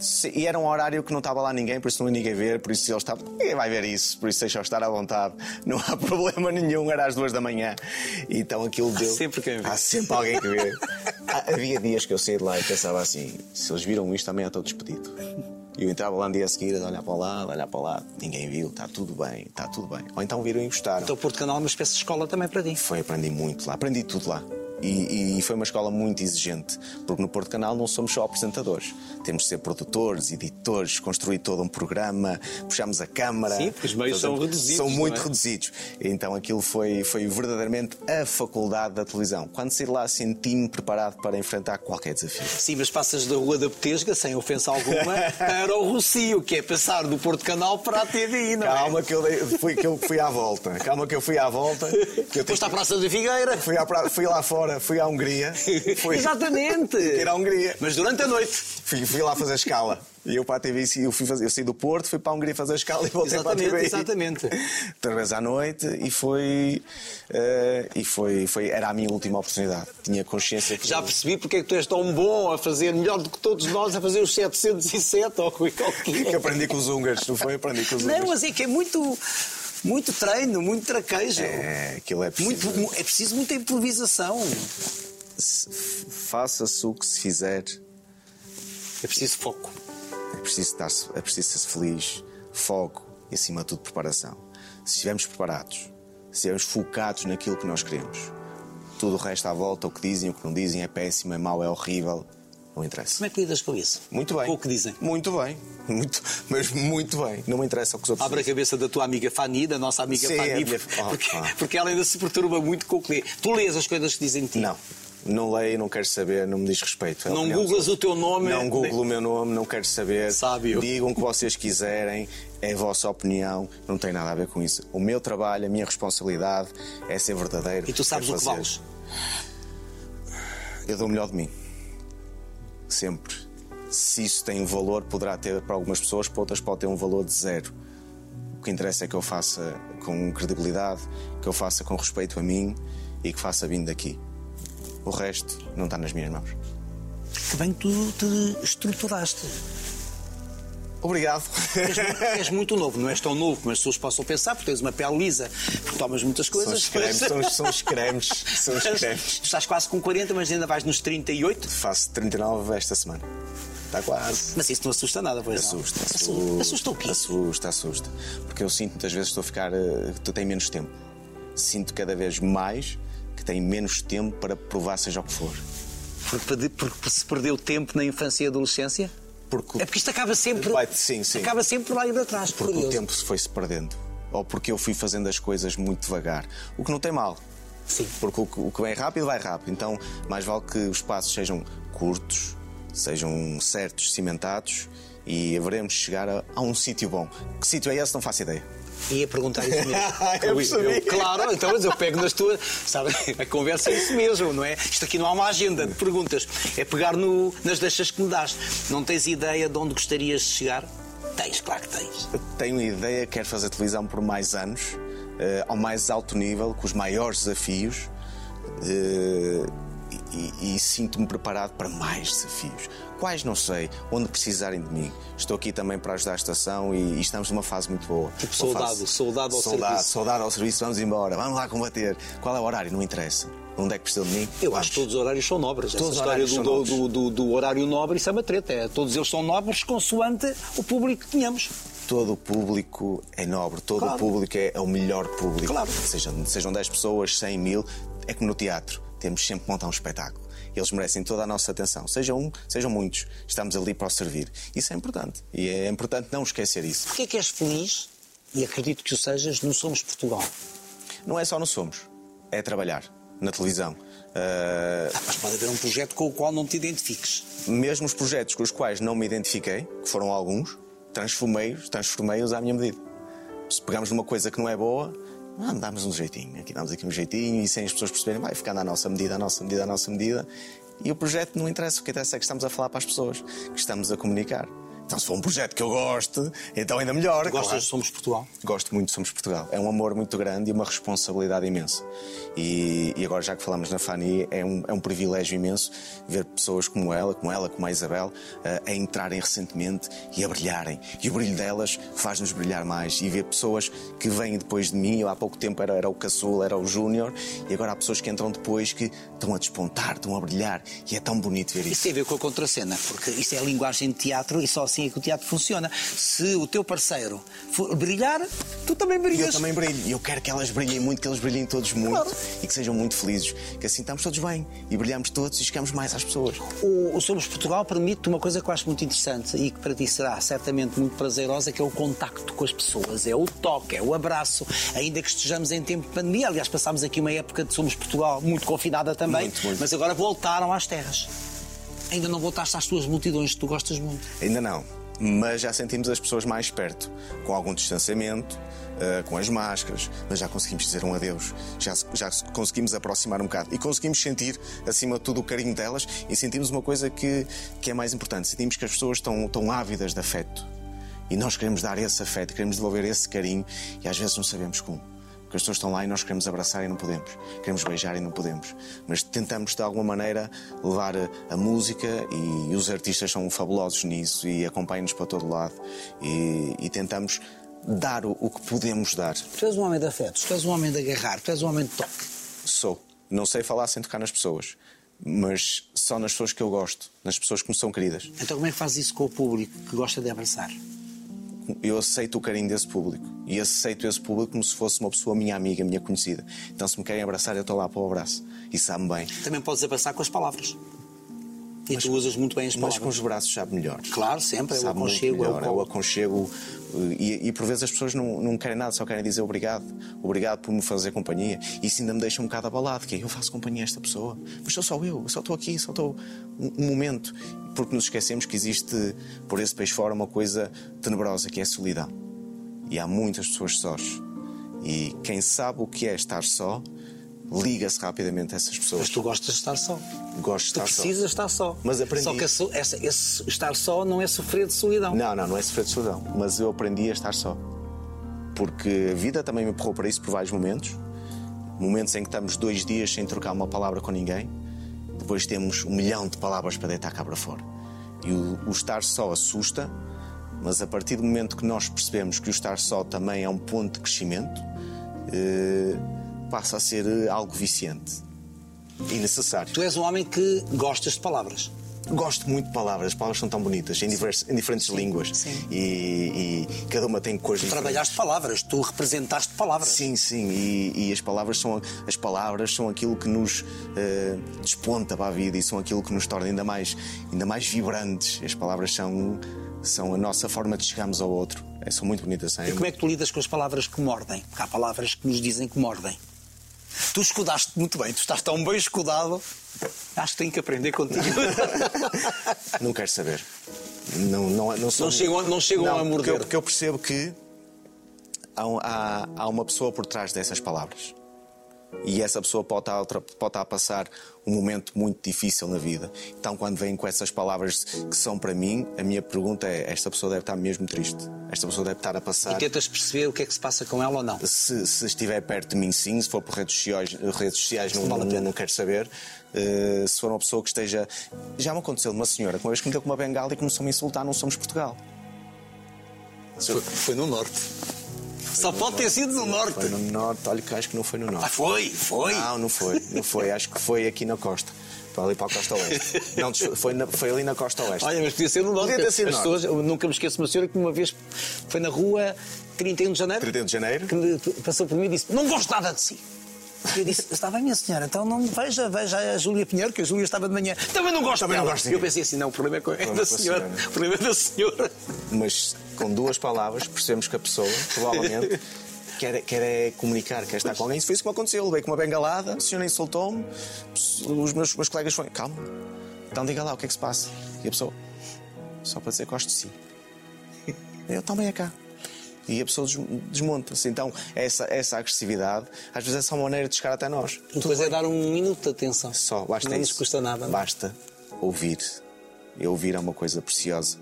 Speaker 2: Se- E era um horário que não estava lá ninguém, por isso não ia ninguém ver, por isso eles estavam. Ninguém vai ver isso, por isso deixa estar à vontade. Não há [laughs] problema nenhum, era às duas da manhã. Então aquilo deu.
Speaker 1: sempre quem vê.
Speaker 2: Há sempre alguém que vê. Há- Havia dias que eu saí de lá e pensava assim: se eles viram isto, também já estou é despedido. E eu entrava lá no dia a seguir a olhar para lá, olhar para lá, ninguém viu, está tudo bem, está tudo bem. Ou então viram e gostaram.
Speaker 1: Então, o Porto Canal é uma espécie de escola também para ti.
Speaker 2: Foi, aprendi muito lá, aprendi tudo lá. E, e foi uma escola muito exigente, porque no Porto Canal não somos só apresentadores. Temos de ser produtores, editores, construir todo um programa, puxamos a câmara.
Speaker 3: Sim, porque os meios são reduzidos,
Speaker 2: São
Speaker 3: não
Speaker 2: muito
Speaker 3: é?
Speaker 2: reduzidos. Então aquilo foi, foi verdadeiramente a faculdade da televisão. Quando saí de lá, senti-me preparado para enfrentar qualquer desafio.
Speaker 1: Sim, mas passas da Rua da Betesga, sem ofensa
Speaker 2: [laughs]
Speaker 1: alguma, para o Rocio, que é passar do Porto Canal para a TVI, não é?
Speaker 2: Calma que eu, dei- fui, que eu fui à volta. Calma que eu fui à volta. Que eu
Speaker 1: Depois
Speaker 2: tive-
Speaker 1: está a Praça da Figueira.
Speaker 2: fui, à pra- fui lá fora, fui à Hungria. Fui,
Speaker 1: Exatamente.
Speaker 2: ir à Hungria.
Speaker 1: Mas durante a noite.
Speaker 2: Fui, fui lá fazer escala. E eu para a TV, eu, fui fazer- eu saí do Porto, fui para a Hungria fazer escala e voltei
Speaker 1: Exatamente,
Speaker 2: para a TV.
Speaker 1: exatamente.
Speaker 2: Através à noite e foi. eh, e foi, foi. Era a minha última oportunidade. Tinha consciência que.
Speaker 1: Já percebi porque é que tu és tão bom a fazer, melhor do que todos nós, a fazer os 707 ou
Speaker 2: que
Speaker 1: qualquer
Speaker 2: aprendi com os húngaros, não foi? Aprendi com os
Speaker 1: Não,
Speaker 2: húngaros.
Speaker 1: mas é que é muito, muito treino, muito traquejo.
Speaker 2: É, aquilo é
Speaker 1: Muito,
Speaker 2: preciso.
Speaker 1: mu- é preciso muita improvisação.
Speaker 2: Se- Faça-se o que se fizer,
Speaker 1: É preciso foco.
Speaker 2: é preciso, estar, é preciso ser feliz, foco e, acima de tudo, preparação. Se estivermos preparados, se estivermos focados naquilo que nós queremos, tudo o resto à volta, o que dizem, o que não dizem, é péssimo, é mau, é horrível, não interessa.
Speaker 1: Como é que lidas com isso?
Speaker 2: Muito bem.
Speaker 1: Com o que dizem.
Speaker 2: Muito bem. Muito, mas muito bem. Não me interessa o que os outros
Speaker 1: Abre a cabeça da tua amiga Fani, da nossa amiga
Speaker 2: Sim,
Speaker 1: Fani,
Speaker 2: a minha- Oh,
Speaker 1: porque,
Speaker 2: pá.
Speaker 1: porque ela ainda se perturba muito com o que lê. Tu lês as coisas que dizem de ti.
Speaker 2: Não. Não leio, não quero saber, não me diz respeito. É a
Speaker 1: Não
Speaker 2: opinião dos
Speaker 1: googlas o teu nome. né?
Speaker 2: Não google o meu nome, não quero saber.
Speaker 1: Sábio.
Speaker 2: Digam o que vocês quiserem, é a vossa opinião, não tem nada a ver com isso. O meu trabalho, a minha responsabilidade é ser verdadeiro.
Speaker 1: E tu sabes
Speaker 2: é
Speaker 1: o que
Speaker 2: fazer.
Speaker 1: vales.
Speaker 2: Eu dou o melhor de mim. Sempre. Se isso tem um valor, poderá ter para algumas pessoas, para outras pode ter um valor de zero. O que interessa é que eu faça com credibilidade, que eu faça com respeito a mim e que faça vindo daqui. O resto não está nas minhas mãos.
Speaker 1: Que bem que tu te estruturaste. Tá.
Speaker 2: Obrigado.
Speaker 1: És muito, és muito novo, não és tão novo como as pessoas possam pensar, porque tens uma pele lisa, porque tomas muitas
Speaker 2: São
Speaker 1: coisas.
Speaker 2: os cremes, são os- são os cremes, são os cremes.
Speaker 1: Tu Estás quase com 40, mas ainda vais nos 38.
Speaker 2: Faço 39 esta semana. Está quase.
Speaker 1: Mas isso não assusta nada, pois não?
Speaker 2: Assusta,
Speaker 1: Assusta,
Speaker 2: assusta.
Speaker 1: assusta o quê?
Speaker 2: Assusta, assusta. Porque eu sinto muitas vezes que estou a ficar. eh, que tenho menos tempo. Sinto cada vez mais que tenho menos tempo para provar, seja o que for.
Speaker 1: Porque, perde- porque se perdeu tempo na infância e adolescência?
Speaker 2: Porque,
Speaker 1: É porque isto acaba sempre.
Speaker 2: Vai, sim, sim.
Speaker 1: Acaba sempre por lá e para trás.
Speaker 2: porque o
Speaker 1: curioso.
Speaker 2: tempo se foi-se perdendo. Ou porque eu fui fazendo as coisas muito devagar. O que não tem mal.
Speaker 1: Sim.
Speaker 2: Porque o que, o que vem rápido, vai rápido. Então, mais vale que os passos sejam curtos, sejam certos, cimentados e haveremos de chegar a, a um sítio bom. Que sítio é esse? Não faço ideia.
Speaker 1: Ia perguntar isso mesmo.
Speaker 2: [laughs] Eu
Speaker 1: Ui,
Speaker 2: percebi.
Speaker 1: claro, então mas eu pego nas tuas. Sabe, a conversa é isso mesmo, não é? Isto aqui não há uma agenda de perguntas. É pegar no- nas deixas que me das. Não tens ideia de onde gostarias de chegar? Tens, claro que tens.
Speaker 2: Eu tenho ideia que quero fazer televisão por mais anos, eh, ao mais alto nível, com os maiores desafios. eh, e, e- e sinto-me preparado para mais desafios. Quais não sei, onde precisarem de mim. Estou aqui também para ajudar a estação e, e estamos numa fase muito boa.
Speaker 1: Tipo
Speaker 2: Uma
Speaker 1: soldado, soldado ao serviço.
Speaker 2: Soldado ao serviço, vamos embora, vamos lá combater. Qual é o horário? Não interessa. Onde é que precisam de mim?
Speaker 1: Eu
Speaker 2: Vamos.
Speaker 1: acho que todos os horários são nobres.
Speaker 2: Todos os
Speaker 1: Essa história
Speaker 2: horários
Speaker 1: do,
Speaker 2: são
Speaker 1: do,
Speaker 2: nobres.
Speaker 1: do, do- do horário nobre, isso é uma treta. É, todos eles são nobres consoante o público que tenhamos.
Speaker 2: Todo o público é nobre, todo
Speaker 1: Claro.
Speaker 2: o público é, é o melhor público.
Speaker 1: Claro.
Speaker 2: Sejam, sejam 10 pessoas, 100 mil, é como no teatro, temos sempre que montar um espetáculo. Eles merecem toda a nossa atenção, sejam um, sejam muitos, estamos ali para os servir. Isso é importante e é importante não esquecer isso.
Speaker 1: Porquê é que és feliz, e acredito que o sejas, no Somos Portugal?
Speaker 2: Não é só no Somos, é trabalhar na televisão. Ah,
Speaker 1: Mas pode haver um projeto com o qual não te identifiques.
Speaker 2: mesmo os projetos com os quais não me identifiquei, que foram alguns, transformei-os, transformei-os à minha medida. Se pegarmos numa coisa que não é boa, ah, damos um jeitinho, aqui damos aqui um jeitinho e sem as pessoas perceberem, vai ficando à nossa medida, à nossa medida, à nossa medida. E o projeto não interessa, o que interessa é que estamos a falar para as pessoas, que estamos a comunicar. Então, se for um projeto que eu gosto, então ainda melhor.
Speaker 1: Gostas
Speaker 2: claro.
Speaker 1: de Somos Portugal?
Speaker 2: Gosto muito de Somos Portugal. É um amor muito grande e uma responsabilidade imensa. E, e agora, já que falamos na Fanny, é um, é um privilégio imenso ver pessoas como ela, como ela, como a Isabel, eh, a entrarem recentemente e a brilharem. E o brilho delas faz-nos brilhar mais. E ver pessoas que vêm depois de mim, eu há pouco tempo era, era o caçula, era o júnior, e agora há pessoas que entram depois que estão a despontar, estão a brilhar. E é tão bonito ver isso.
Speaker 1: Isso tem a ver com a contracena, porque isso é a linguagem de teatro e só assim assim é que o teatro funciona. Se o teu parceiro for brilhar, tu também
Speaker 2: E eu
Speaker 1: brilhas.
Speaker 2: também brilho. E eu quero que elas brilhem muito, que eles brilhem todos muito
Speaker 1: Claro.
Speaker 2: e que sejam muito felizes. Que assim estamos todos bem e brilhamos todos e chegamos mais às pessoas.
Speaker 1: O, o Somos Portugal permite uma coisa que eu acho muito interessante e que para ti será certamente muito prazerosa, que é o contacto com as pessoas, é o toque, é o abraço, ainda que estejamos em tempo de pandemia. Aliás, passámos aqui uma época de Somos Portugal muito confinada também,
Speaker 2: Muito, muito.
Speaker 1: mas agora voltaram às terras. Ainda não voltaste às tuas multidões que tu gostas muito.
Speaker 2: Ainda não, mas já sentimos as pessoas mais perto, com algum distanciamento, eh, com as máscaras, mas já conseguimos dizer um adeus, já, se- já se conseguimos aproximar um bocado e conseguimos sentir, acima de tudo, o carinho delas e sentimos uma coisa que, que é mais importante: sentimos que as pessoas estão, estão ávidas de afeto e nós queremos dar esse afeto, queremos devolver esse carinho e às vezes não sabemos como. Porque as pessoas estão lá e nós queremos abraçar e não podemos, queremos beijar e não podemos. Mas tentamos de alguma maneira levar a, a música e, os artistas são fabulosos nisso e acompanham-nos para todo lado. E, e tentamos dar o, o que podemos dar.
Speaker 1: Tu és um homem de afetos, tu és um homem de agarrar, tu és um homem de toque.
Speaker 2: Sou. Não sei falar sem tocar nas pessoas, mas só nas pessoas que eu gosto, nas pessoas que me são queridas.
Speaker 1: Então como é que fazes isso com o público que gosta de abraçar?
Speaker 2: eu aceito o carinho desse público e aceito esse público como se fosse uma pessoa minha amiga, minha conhecida. Então, se me querem abraçar, eu estou lá para o abraço e sabe bem.
Speaker 1: Também podes abraçar com as palavras. E tu usas muito bem as
Speaker 2: Mas
Speaker 1: palavras.
Speaker 2: com os braços sabe melhor.
Speaker 1: Claro, sempre, é o
Speaker 2: Sabe muito
Speaker 1: aconchego, é o
Speaker 2: melhor, é o
Speaker 1: colo.
Speaker 2: aconchego. eh, E, e por vezes as pessoas não, não querem nada, só querem dizer obrigado. Obrigado por me fazer companhia. Isso ainda me deixa um bocado abalado, que é, eu faço companhia a esta pessoa. Mas sou só eu, só estou aqui, só estou um, um momento. Porque nos esquecemos que existe, por esse país fora, uma coisa tenebrosa, que é a solidão. E há muitas pessoas sós. E quem sabe o que é estar só, liga-se rapidamente a essas pessoas.
Speaker 1: Mas tu gostas de estar só.
Speaker 2: Gosto de
Speaker 1: Tu
Speaker 2: estar só.
Speaker 1: precisas estar só.
Speaker 2: Mas aprendi.
Speaker 1: Só que a so- essa- esse estar só não é sofrer de solidão.
Speaker 2: Não, não, não é sofrer de solidão. Mas eu aprendi a estar só. Porque a vida também me empurrou para isso por vários momentos. Momentos em que estamos dois dias sem trocar uma palavra com ninguém. Depois temos um milhão de palavras para deitar cá para fora. E o, o estar só assusta, mas a partir do momento que nós percebemos que o estar só também é um ponto de crescimento, eh, passa a ser eh, algo viciante e necessário.
Speaker 1: Tu és um homem que gostas de palavras.
Speaker 2: Gosto muito de palavras, as palavras são tão bonitas, em, divers- em diferentes línguas.
Speaker 1: Sim.
Speaker 2: E, e cada uma tem cores diferentes.
Speaker 1: Trabalhaste palavras, tu representaste palavras.
Speaker 2: Sim, sim, e, e as, palavras são, as palavras são aquilo que nos eh, desponta para a vida e são aquilo que nos torna ainda mais, ainda mais vibrantes. As palavras são, são a nossa forma de chegarmos ao outro. Eh, São muito bonitas, são
Speaker 1: E como é que tu lidas com as palavras que mordem? Porque há palavras que nos dizem que mordem. Tu escudaste muito bem, tu estás tão bem escudado. Acho que tenho que aprender
Speaker 2: [laughs]
Speaker 1: contigo.
Speaker 2: Não quero saber. Não, não, não, sou-
Speaker 3: Não chegam- não chegam a
Speaker 2: porque
Speaker 3: morder.
Speaker 2: eu- Porque eu percebo que há, um- há- há uma pessoa por trás dessas palavras. E essa pessoa pode estar, a outra- pode estar a passar um momento muito difícil na vida. Então, quando vêm com essas palavras que são para mim, a minha pergunta é: esta pessoa deve estar mesmo triste? Esta pessoa deve estar a
Speaker 1: e
Speaker 2: passar.
Speaker 1: tentas perceber o que é que se passa com ela ou não.
Speaker 2: Se, se estiver perto de mim, sim. Se for por redes sociais, redes sociais não,
Speaker 1: Vale a
Speaker 2: não,
Speaker 1: pena.
Speaker 2: não quero saber. Eh, se for uma pessoa que esteja. Já me aconteceu de uma senhora que uma vez que me deu com uma bengala e começou a me insultar, não somos Portugal.
Speaker 3: Foi, foi no norte.
Speaker 1: Só pode ter sido no norte.
Speaker 2: Foi no norte, olha que acho que não foi no norte.
Speaker 1: Ah, foi, foi.
Speaker 2: Não, não foi, não foi. Acho que foi aqui na costa. Para ali para a costa oeste. Não, desf- foi, na- foi ali na costa oeste.
Speaker 1: Olha, mas podia ser no norte.
Speaker 2: Podia ter sido
Speaker 1: As
Speaker 2: no
Speaker 1: pessoas- eu nunca me esqueço de uma senhora que uma vez foi na rua 31 de janeiro.
Speaker 2: 31 de janeiro.
Speaker 1: que me- que passou por mim e disse: Não gosto nada de si. E eu disse: Está bem, minha senhora, então não veja, veja a Júlia Pinheiro, que a Júlia estava de manhã. Também não gosto
Speaker 2: Também não
Speaker 1: dela."
Speaker 2: gosto de
Speaker 1: E Eu
Speaker 2: ninguém.
Speaker 1: pensei assim: Não, o problema é, co- é
Speaker 2: Problema
Speaker 1: da
Speaker 2: com a
Speaker 1: senhora.
Speaker 2: senhora.
Speaker 1: O problema é da senhora.
Speaker 2: Mas com duas palavras percebemos que a pessoa, provavelmente,
Speaker 1: [laughs]
Speaker 2: quer, quer é comunicar, quer estar com alguém. Isso foi isso que me aconteceu. Levei com uma bengalada, a senhora insultou-me, os meus, meus colegas foram. Calma, então diga lá o que é que se passa. E a pessoa, só para dizer que gosto de si. [laughs] Eu também é cá. E a pessoa des- desmonta-se. Então, essa, essa agressividade, às vezes, é só uma maneira de chegar até nós.
Speaker 1: Depois é dar um minuto de atenção.
Speaker 2: Só, basta
Speaker 1: Não é? nos
Speaker 2: isso.
Speaker 1: custa nada.
Speaker 2: Basta ouvir. E ouvir é uma coisa preciosa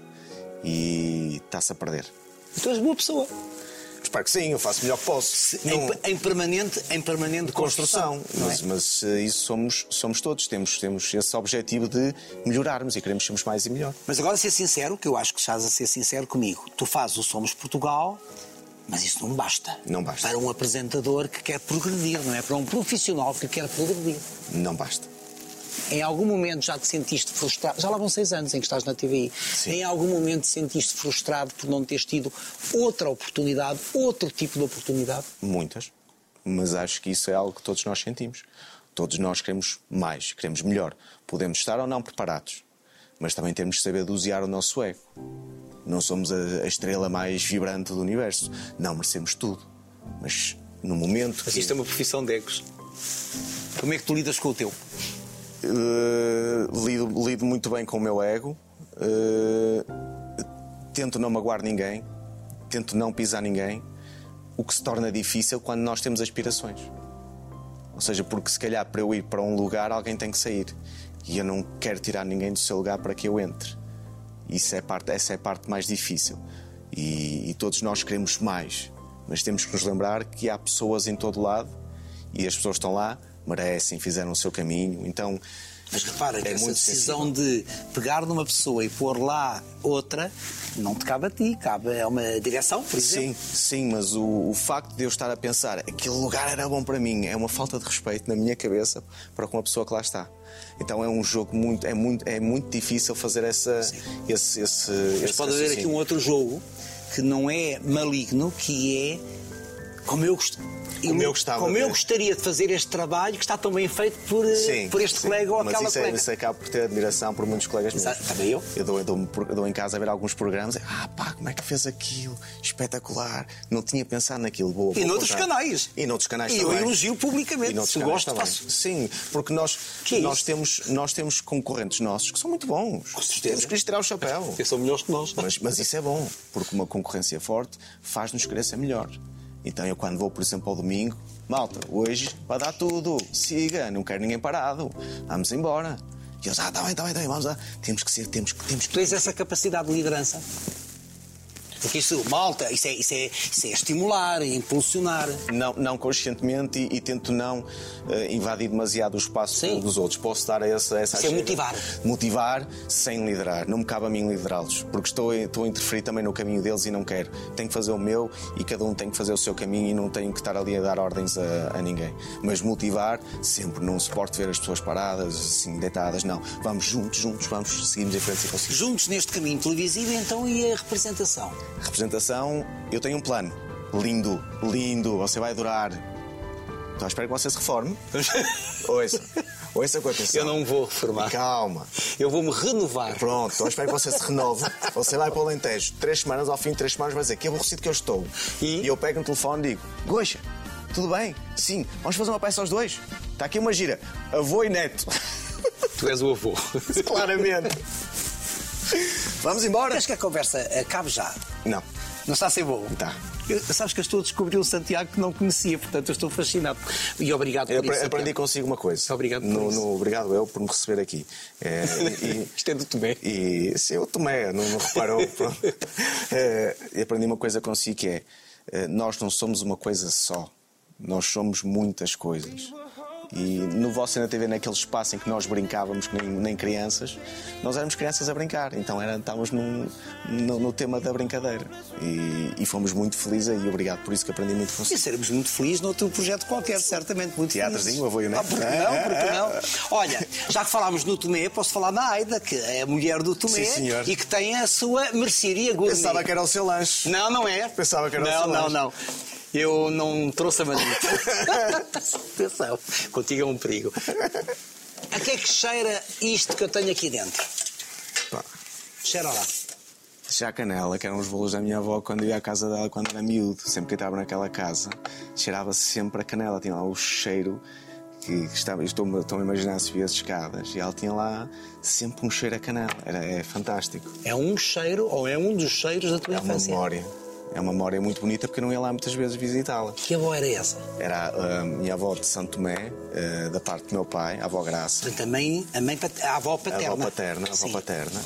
Speaker 2: e está-se a perder.
Speaker 1: Tu és boa pessoa.
Speaker 2: Espero que sim, eu faço o melhor que posso.
Speaker 3: É
Speaker 2: Não- é
Speaker 1: Em, em permanente, em permanente
Speaker 2: construção.
Speaker 1: não é?
Speaker 2: Mas, mas, eh, isso somos, somos todos. Temos, temos esse objetivo de melhorarmos e queremos sermos mais e melhor.
Speaker 1: Mas agora ser sincero, que eu acho que estás a ser sincero comigo. Tu fazes o Somos Portugal, mas isso não basta.
Speaker 2: Não basta.
Speaker 1: Para um apresentador que quer progredir, não é? Para um profissional que quer progredir.
Speaker 2: Não basta.
Speaker 1: Em algum momento já te sentiste frustrado, já lá vão seis anos em que estás na TVI, em algum momento te sentiste frustrado por não teres tido outra oportunidade, outro tipo de oportunidade?
Speaker 2: Muitas. Mas acho que isso é algo que todos nós sentimos. Todos nós queremos mais, queremos melhor. Podemos estar ou não preparados, mas também temos de saber dosear o nosso ego. Não somos a, a estrela mais vibrante do universo. Não merecemos tudo. Mas no momento.
Speaker 3: Mas
Speaker 2: que-
Speaker 3: isto é uma profissão de egos.
Speaker 1: Como é que tu lidas com o teu?
Speaker 2: Uh, lido, lido muito bem com o meu ego. Uh, tento não magoar ninguém. Tento não pisar ninguém. O que se torna difícil quando nós temos aspirações. Ou seja, porque se calhar para eu ir para um lugar alguém tem que sair. E eu não quero tirar ninguém do seu lugar para que eu entre. Isso é parte, essa é a parte mais difícil. E, e todos nós queremos mais. Mas temos que nos lembrar que há pessoas em todo lado e as pessoas estão lá, merecem, fizeram o seu caminho. Então,
Speaker 1: Mas repara que
Speaker 2: É
Speaker 1: essa
Speaker 2: muito
Speaker 1: decisão de pegar numa pessoa e pôr lá outra não te cabe a ti, cabe a uma direção, por exemplo.
Speaker 2: Sim, sim, mas o, o facto de eu estar a pensar aquele lugar era bom para mim é uma falta de respeito na minha cabeça para com a pessoa que lá está. Então é um jogo muito, é muito, é muito difícil fazer essa, esse, esse,
Speaker 1: Mas
Speaker 2: esse
Speaker 1: pode haver aqui
Speaker 2: raciocínio.
Speaker 1: um outro jogo que não é maligno, que é como eu, gost...
Speaker 2: Como eu gostava,
Speaker 1: como eu
Speaker 2: né?
Speaker 1: gostaria de fazer este trabalho que está tão bem feito por, eh,
Speaker 2: Sim,
Speaker 1: por este
Speaker 2: sim.
Speaker 1: colega ou
Speaker 2: mas
Speaker 1: aquela
Speaker 2: isso, é-
Speaker 1: colega.
Speaker 2: isso acaba por ter admiração por muitos colegas meus.
Speaker 1: Exato, também eu.
Speaker 2: Eu dou, eu dou- eu dou em casa a ver alguns programas e, ah pá, como é que fez aquilo? Espetacular. Não tinha pensado naquilo. Boa,
Speaker 1: E
Speaker 2: vou
Speaker 1: noutros
Speaker 2: contar.
Speaker 1: canais.
Speaker 2: E noutros canais
Speaker 1: E eu
Speaker 2: também.
Speaker 1: elogio
Speaker 2: é E
Speaker 1: publicamente.
Speaker 2: noutros
Speaker 1: Se
Speaker 2: canais
Speaker 1: gosto,
Speaker 2: também.
Speaker 1: faço.
Speaker 2: Sim, porque nós,
Speaker 1: Que é
Speaker 2: nós,
Speaker 1: isso?
Speaker 2: temos, nós temos concorrentes nossos que são muito bons. Com
Speaker 1: certeza.
Speaker 2: Temos que lhes tirar
Speaker 1: [laughs]
Speaker 2: o chapéu.
Speaker 3: Porque são melhores que nós.
Speaker 2: Mas, mas isso é bom, porque uma concorrência forte faz-nos querer ser melhor. Então eu quando vou, por exemplo, ao domingo, malta, hoje vai dar tudo, siga, não quero ninguém parado, vamos embora. E eles, ah, tá bem, tá bem, tá bem, vamos lá. Temos que ser, temos que, temos
Speaker 1: Tu
Speaker 2: que.
Speaker 1: tens essa capacidade de liderança. Porque isso, malta, isso é, isso é, isso é estimular, é impulsionar.
Speaker 2: Não, não conscientemente e, e tento não eh, invadir demasiado o espaço
Speaker 1: Sim.
Speaker 2: dos outros. Posso dar essa essa
Speaker 1: Isso é
Speaker 2: chega.
Speaker 1: motivar.
Speaker 2: Motivar sem liderar. Não me cabe a mim liderá-los, porque estou, estou a interferir também no caminho deles e não quero. Tenho que fazer o meu e cada um tem que fazer o seu caminho e não tenho que estar ali a dar ordens a, a ninguém. Mas motivar sempre. Não suporto ver as pessoas paradas, assim, deitadas, não. Vamos juntos, juntos, vamos, seguimos em frente e conseguimos.
Speaker 1: Juntos neste caminho televisivo, então, e a representação?
Speaker 2: Representação, eu tenho um plano. Lindo, lindo, você vai durar. Então espero que você se
Speaker 1: [laughs]
Speaker 2: reforme. Ouça, ouça com atenção.
Speaker 3: Eu não vou reformar.
Speaker 2: Calma.
Speaker 3: Eu vou-me renovar.
Speaker 2: Pronto, então espero que você se renove. Você vai para o Alentejo. Três semanas, ao fim de três semanas, vai dizer que aborrecido que eu estou.
Speaker 3: E?
Speaker 2: E, eu pego no telefone e digo: Goxa, tudo bem? Sim, vamos fazer uma peça aos dois? Está aqui uma gira. Avô e neto. [laughs]
Speaker 3: Tu és o avô.
Speaker 2: Claramente. vamos embora?
Speaker 1: Queres que a conversa acabe já?
Speaker 2: Não, tá.
Speaker 1: Não está a ser bom?
Speaker 2: está.
Speaker 1: Eu- sabes que eu estou a descobrir um Santiago que não conhecia, portanto eu estou fascinado. E obrigado por
Speaker 2: Eu
Speaker 1: isso.
Speaker 2: apre- aprendi
Speaker 1: Santiago.
Speaker 2: consigo uma coisa.
Speaker 1: Obrigado por
Speaker 2: No-
Speaker 1: isso.
Speaker 2: no- obrigado eu por me receber aqui. É, e,
Speaker 3: Isto é do Tomé.
Speaker 2: e se eu tomei, não,
Speaker 1: [laughs]
Speaker 2: não reparou. pronto. É, e aprendi uma coisa consigo que é: é, nós não somos uma coisa só, nós somos muitas coisas. E no Você na TV, naquele espaço em que nós brincávamos, que nem, nem crianças, nós éramos crianças a brincar, então era, estávamos num- no, no tema da brincadeira. E, e fomos muito felizes e obrigado por isso que aprendi muito
Speaker 1: E
Speaker 2: consigo.
Speaker 1: seremos muito felizes noutro projeto qualquer, certamente. Muito
Speaker 2: Teatrozinho,
Speaker 1: felizes.
Speaker 2: o avô e o neto.
Speaker 1: Ah, porque
Speaker 2: É.
Speaker 1: não, porque não. Olha, já que falámos no Tomé, posso falar na Aida, que é a mulher do Tomé
Speaker 2: Sim, senhor.
Speaker 1: e que tem a sua mercearia gourmet.
Speaker 2: Pensava que era o seu lanche.
Speaker 1: Não, não é.
Speaker 2: Pensava que era o
Speaker 1: Não,
Speaker 2: Solange.
Speaker 1: não, não. Eu não [laughs] trouxe a manita. Atenção, contigo é um perigo. A que é que cheira isto que eu tenho aqui dentro?
Speaker 2: Pá,
Speaker 1: Cheira lá.
Speaker 2: Já a canela, que eram os bolos da minha avó quando eu ia à casa dela quando era miúdo. Sempre que eu estava naquela casa, cheirava sempre a canela. Tinha lá o cheiro que que estava. eu Estou-me estou a imaginar subir as escadas e ela tinha lá sempre um cheiro a canela. Era, é fantástico.
Speaker 1: É um cheiro, ou é um dos cheiros da tua
Speaker 2: É uma
Speaker 1: infância.
Speaker 2: memória. É uma memória muito bonita porque eu não ia lá muitas vezes visitá-la.
Speaker 1: Que avó era essa?
Speaker 2: Era a minha avó de Santo Tomé, eh, da parte do meu pai, a avó Graça.
Speaker 1: Portanto, a mãe, a, mãe, pat- a avó
Speaker 2: a
Speaker 1: paterna.
Speaker 2: avó paterna, a avó
Speaker 1: Sim.
Speaker 2: paterna,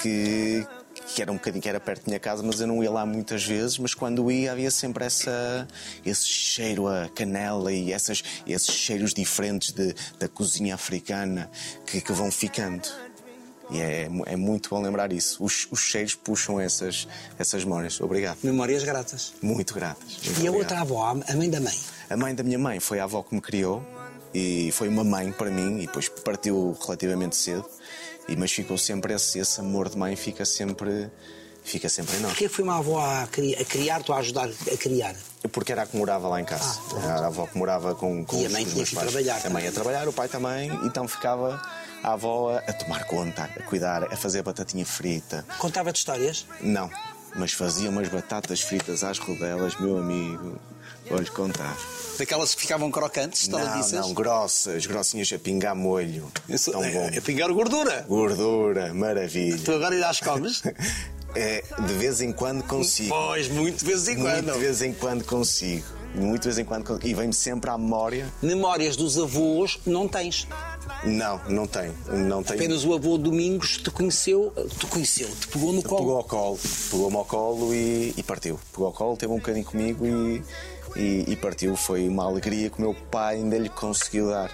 Speaker 2: que, que era um bocadinho que era perto da minha casa, mas eu não ia lá muitas vezes, mas quando ia havia sempre essa, esse cheiro a canela e essas, esses cheiros diferentes de, da cozinha africana que, que vão ficando. E é, mu- é muito bom lembrar isso. Os, os cheiros puxam essas, essas memórias. Obrigado.
Speaker 1: Memórias gratas.
Speaker 2: Muito gratas. Muito
Speaker 1: E a
Speaker 2: obrigado.
Speaker 1: outra avó, a a mãe da mãe.
Speaker 2: A mãe da minha mãe foi a avó que me criou e foi uma mãe para mim, e depois partiu relativamente cedo, e, mas ficou sempre esse, esse amor de mãe, fica sempre, fica sempre em nós.
Speaker 1: Porquê é que foi uma avó a cri- a criar-te ou a ajudar a criar?
Speaker 2: Porque era a que morava lá em casa. era a avó que morava com, com
Speaker 1: Ah, E a
Speaker 2: os-
Speaker 1: mãe
Speaker 2: os
Speaker 1: tinha
Speaker 2: meus
Speaker 1: que ir
Speaker 2: pais.
Speaker 1: trabalhar
Speaker 2: A mãe
Speaker 1: também.
Speaker 2: ia trabalhar, o pai também, então ficava a avó a, a tomar conta, a cuidar, a fazer batatinha frita.
Speaker 1: Contava-te histórias?
Speaker 2: Não, mas fazia umas batatas fritas às rodelas, meu amigo. Vou-lhe contar.
Speaker 3: Daquelas que ficavam crocantes,
Speaker 2: Não,
Speaker 3: taladiças.
Speaker 2: não, grossas, grossinhas a pingar molho.
Speaker 3: Isso,
Speaker 2: Tão bom.
Speaker 3: é, é pingar gordura.
Speaker 2: Gordura, maravilha.
Speaker 3: Tu agora irás [laughs] comes?
Speaker 2: É, de vez em quando consigo.
Speaker 3: pois, muito de vez em
Speaker 2: Muito
Speaker 3: quando.
Speaker 2: de vez em quando consigo. Muito de vez em quando consigo. E vem-me sempre à memória.
Speaker 1: Memórias dos avós não tens.
Speaker 2: Não, não tenho. Não tenho.
Speaker 1: Apenas o avô Domingos te conheceu, te conheceu, te pegou no colo.
Speaker 2: Pegou ao colo, pegou-me ao colo e, e partiu. Pegou ao colo, teve um bocadinho comigo e, e- e partiu. Foi uma alegria que o meu pai ainda lhe conseguiu dar.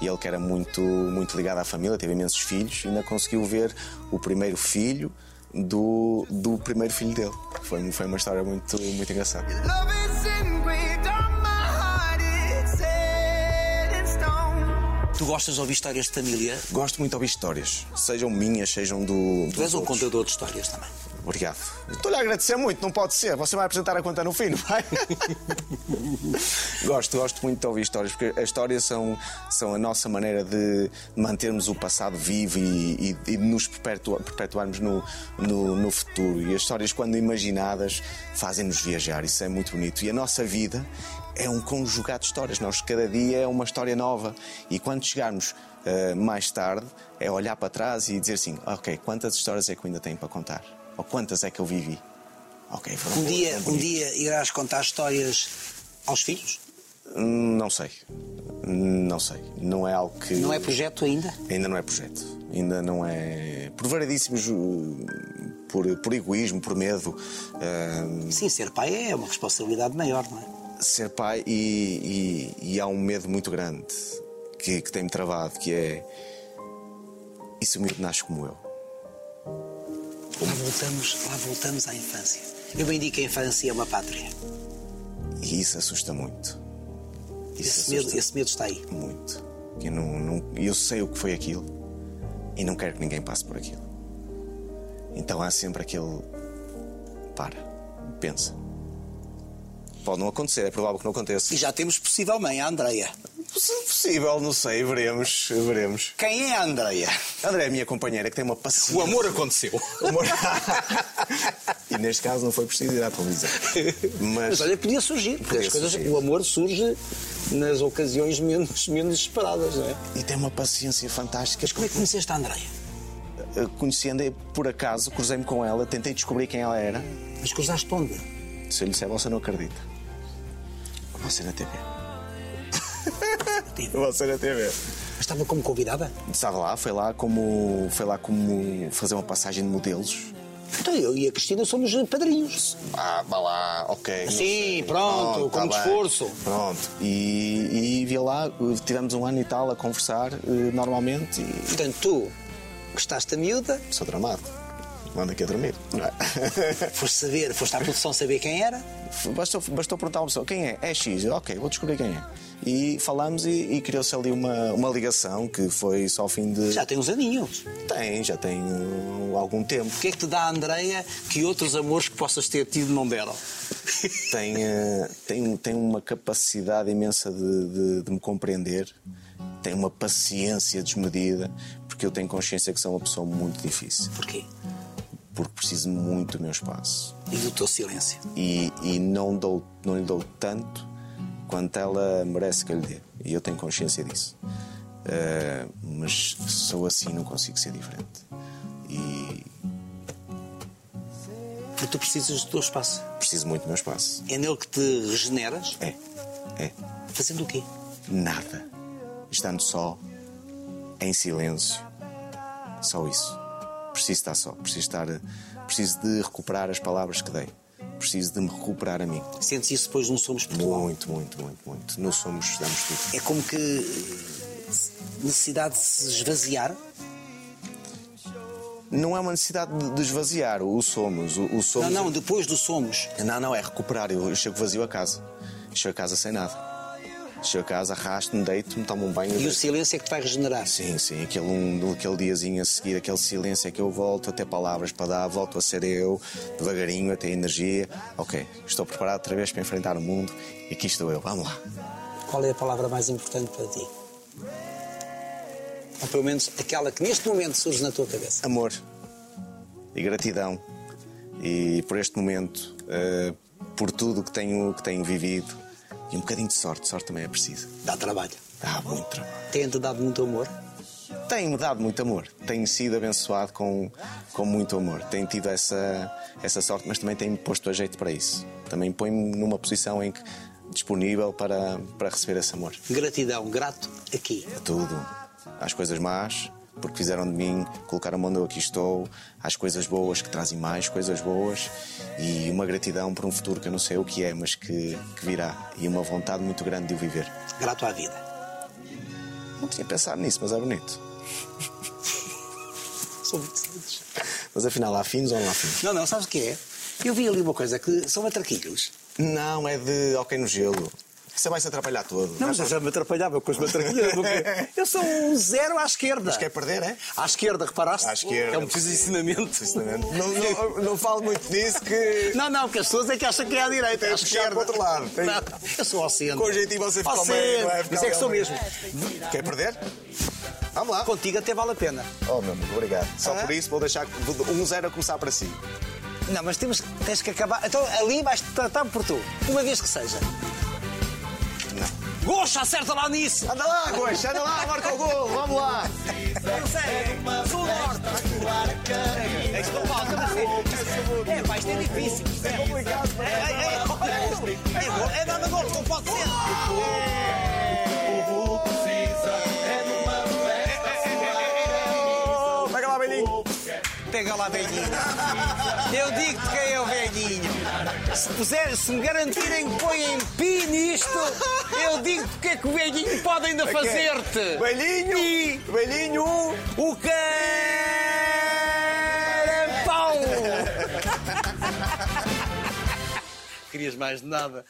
Speaker 2: E ele, que era muito, muito ligado à família, teve imensos filhos, ainda conseguiu ver o primeiro filho do, do primeiro filho dele. Foi, foi uma história muito, muito engraçada.
Speaker 4: Love is engraved on my heart, it's set in stone.
Speaker 1: Tu gostas de ouvir histórias de família?
Speaker 2: Gosto muito de ouvir histórias, sejam minhas, sejam do.
Speaker 1: Tu és
Speaker 2: dos
Speaker 1: um
Speaker 2: outros.
Speaker 1: contador de histórias também.
Speaker 2: Obrigado. Estou-lhe a agradecer muito, não pode ser. Você vai apresentar a conta no fim, não vai? gosto, gosto muito de ouvir histórias, porque as histórias são, são a nossa maneira de mantermos o passado vivo e, e- e de nos perpetua- perpetuarmos no, no, no futuro. E as histórias, quando imaginadas, fazem-nos viajar. Isso é muito bonito. E a nossa vida é um conjugado de histórias. Nós, cada dia, é uma história nova. E quando chegarmos. eh, mais tarde, é olhar para trás e dizer assim: Ok, quantas histórias é que eu ainda tenho para contar? Ou quantas é que eu vivi? Ok, foram
Speaker 1: Um
Speaker 2: boas,
Speaker 1: dia,
Speaker 2: foram
Speaker 1: um
Speaker 2: bonitas.
Speaker 1: dia irás contar histórias aos filhos?
Speaker 2: Hum, Não sei. Não sei. Não é algo que.
Speaker 1: Não é projeto ainda?
Speaker 2: Ainda não é projeto. Ainda não é. Por variedíssimos. uh, Por, por egoísmo, por medo. uh,
Speaker 1: Sim, ser pai é uma responsabilidade maior, não é?
Speaker 2: ser pai e, e- e há um medo muito grande que, que tem-me travado, que é. E se o miúdo nasce como eu?
Speaker 1: Lá voltamos, lá voltamos à infância. Eu bem digo que a infância é uma pátria.
Speaker 2: E isso assusta muito. Isso
Speaker 1: Esse medo, esse medo está aí.
Speaker 2: muito. Eu, não, não- eu sei o que foi aquilo e não quero que ninguém passe por aquilo. Então há sempre aquele. Para, pensa. Pode não acontecer, é provável que não aconteça.
Speaker 1: E já temos possível mãe, a Andreia.
Speaker 2: Se possível, não sei, veremos, veremos.
Speaker 1: Quem é a Andreia?
Speaker 2: André é a minha companheira que tem uma paciência.
Speaker 3: O amor aconteceu.
Speaker 2: O amor- [laughs] e neste caso não foi preciso ir à televisão. Mas
Speaker 1: Mas olha, podia surgir, porque
Speaker 2: Podia
Speaker 1: as coisas,
Speaker 2: surgir.
Speaker 1: o amor surge nas ocasiões menos, menos esperadas, não é?
Speaker 2: e tem uma paciência fantástica.
Speaker 1: Mas como é que conheceste a Andreia?
Speaker 2: Conhecendo por acaso, cruzei-me com ela, tentei descobrir quem ela era.
Speaker 1: Mas cruzaste onde?
Speaker 2: Se eu lhe disser, você não acredita. Você
Speaker 1: [laughs]
Speaker 2: na TV. você na TV.
Speaker 1: Mas estava como convidada?
Speaker 2: Estava lá, foi lá como. Foi lá como fazer uma passagem de modelos.
Speaker 1: Então eu e a Cristina somos padrinhos.
Speaker 2: Ah, vá lá, ok. não
Speaker 1: Sim,
Speaker 2: sei. Ah, tá
Speaker 1: pronto, com
Speaker 2: bem.
Speaker 1: esforço.
Speaker 2: Pronto. E, e via lá, eh, tivemos um ano e tal a conversar eh, normalmente e.
Speaker 1: Portanto, tu gostaste da miúda,
Speaker 2: Sou dramático. Manda aqui a dormir. Não é? [laughs]
Speaker 1: foste saber, foste à produção saber quem era.
Speaker 2: bastou, bastou perguntar a uma pessoa quem é? É X, Eu, ok, vou descobrir quem é. E falamos e, e criou-se ali uma, uma ligação que foi só ao fim de.
Speaker 1: Já tem uns aninhos.
Speaker 2: Tem, já tem uh, algum tempo.
Speaker 1: O que é que te dá a Andreia que outros amores que possas ter tido não deram?
Speaker 2: Tem, uh, tem, tem uma capacidade imensa de, de- de me compreender, tem uma paciência desmedida, porque eu tenho consciência que sou uma pessoa muito difícil,
Speaker 1: Porquê?
Speaker 2: porque preciso muito do meu espaço.
Speaker 1: E do teu silêncio.
Speaker 2: E, e não, dou, não lhe dou tanto quanto ela merece que eu lhe dê. E eu tenho consciência disso. Uh, mas sou assim, não consigo ser diferente. E
Speaker 1: Porque tu precisas do teu espaço.
Speaker 2: preciso muito do meu espaço.
Speaker 1: É nele que te regeneras,
Speaker 2: É, é.
Speaker 1: fazendo o quê?
Speaker 2: nada. Estando só, em silêncio. Só isso. Preciso estar só. Preciso estar. Preciso de recuperar as palavras que dei. Preciso de me recuperar a mim.
Speaker 1: Sentes isso depois de um Somos Portugal?
Speaker 2: Muito, muito, muito, muito. Não somos, damos tudo.
Speaker 1: É como que eh, necessidade de se esvaziar.
Speaker 2: Não é uma necessidade de de esvaziar o somos. O, o
Speaker 1: Não,
Speaker 2: somos.
Speaker 1: não, depois do Somos.
Speaker 2: não, não, é recuperar. Eu chego vazio a casa. Chego a casa sem nada. Chego a casa, arrasto-me, deito-me, tomo um banho.
Speaker 1: E o silêncio é que te vai regenerar.
Speaker 2: Sim, sim, aquele, um, aquele diazinho a seguir, aquele silêncio é que eu volto a ter palavras para dar, volto a ser eu, devagarinho, a ter energia. Ok, estou preparado outra vez para enfrentar o mundo e aqui estou eu, vamos lá.
Speaker 1: Qual é a palavra mais importante para ti? Ou pelo menos aquela que neste momento surge na tua cabeça.
Speaker 2: amor e gratidão e por este momento, eh, por tudo que tenho, que tenho vivido e um bocadinho de sorte, sorte também é preciso.
Speaker 1: Dá trabalho.
Speaker 2: Dá muito trabalho.
Speaker 1: Tem-te dado muito amor.
Speaker 2: Tenho-me dado muito amor, tenho sido abençoado com, com muito amor, tenho tido essa, essa sorte, mas também tenho-me posto a jeito para isso. Também ponho-me numa posição em que disponível para, para receber esse amor.
Speaker 1: Gratidão, grato aqui.
Speaker 2: a tudo, às coisas más, porque fizeram de mim, colocaram-me onde eu aqui estou, às coisas boas que trazem mais coisas boas e uma gratidão por um futuro que eu não sei o que é, mas que, que virá e uma vontade muito grande de o viver.
Speaker 1: Grato à vida.
Speaker 2: Não tinha pensado nisso, mas é bonito.
Speaker 1: Sou muito simples.
Speaker 2: Mas afinal, há fins ou não há fins?
Speaker 1: Não, não, sabes o que é? Eu vi ali uma coisa que são matraquilhos.
Speaker 2: Não, é de ok no gelo. Você vai se atrapalhar todo.
Speaker 1: Não, mas eu já me atrapalhava com os matraquilhos. porque [laughs] Eu sou um zero à esquerda.
Speaker 2: Mas quer perder, é?
Speaker 1: À esquerda, reparaste?
Speaker 2: À esquerda.
Speaker 1: É um preciso ensinamento.
Speaker 2: Não, não, não falo muito disso que.
Speaker 1: Não, não, porque as pessoas é que acham que é à direita, é à
Speaker 2: Tem que puxar
Speaker 1: esquerda.
Speaker 2: para o outro lado. Tem-
Speaker 1: Não, eu sou ao centro.
Speaker 2: Com jeitinho você
Speaker 1: Ao
Speaker 2: fica ao meio, não é?
Speaker 1: centro.
Speaker 2: Fica
Speaker 1: Mas é que
Speaker 2: ao
Speaker 1: sou
Speaker 2: meio.
Speaker 1: mesmo.
Speaker 2: Quer perder? Vamos lá.
Speaker 1: Contigo até vale a pena.
Speaker 2: Oh, meu amigo, obrigado. Só
Speaker 1: Ah.
Speaker 2: por isso vou deixar vou- um zero a começar para si.
Speaker 1: Não, mas temos, tens que acabar. Então ali vais te tratar por tu. Uma vez que seja. Não. Gosta, acerta lá nisso!
Speaker 2: Anda lá, Coxa, anda lá, marca o gol, vamos lá.
Speaker 1: Sou norte! É isto não falta, mas é- É, pá, isto é difícil. É complicado, é, é, é, é, é nada golpe, não pode ser.
Speaker 2: Pega lá, velhinho.
Speaker 1: Pega lá, velhinho. Eu digo-te quem é o velhinho. Se, puser, se me garantirem que põem pi nisto, eu digo-te o que é que o velhinho pode ainda fazer-te.
Speaker 2: Velhinho, velhinho. um.
Speaker 1: O É
Speaker 2: [laughs]
Speaker 1: carampau! Querias mais de nada.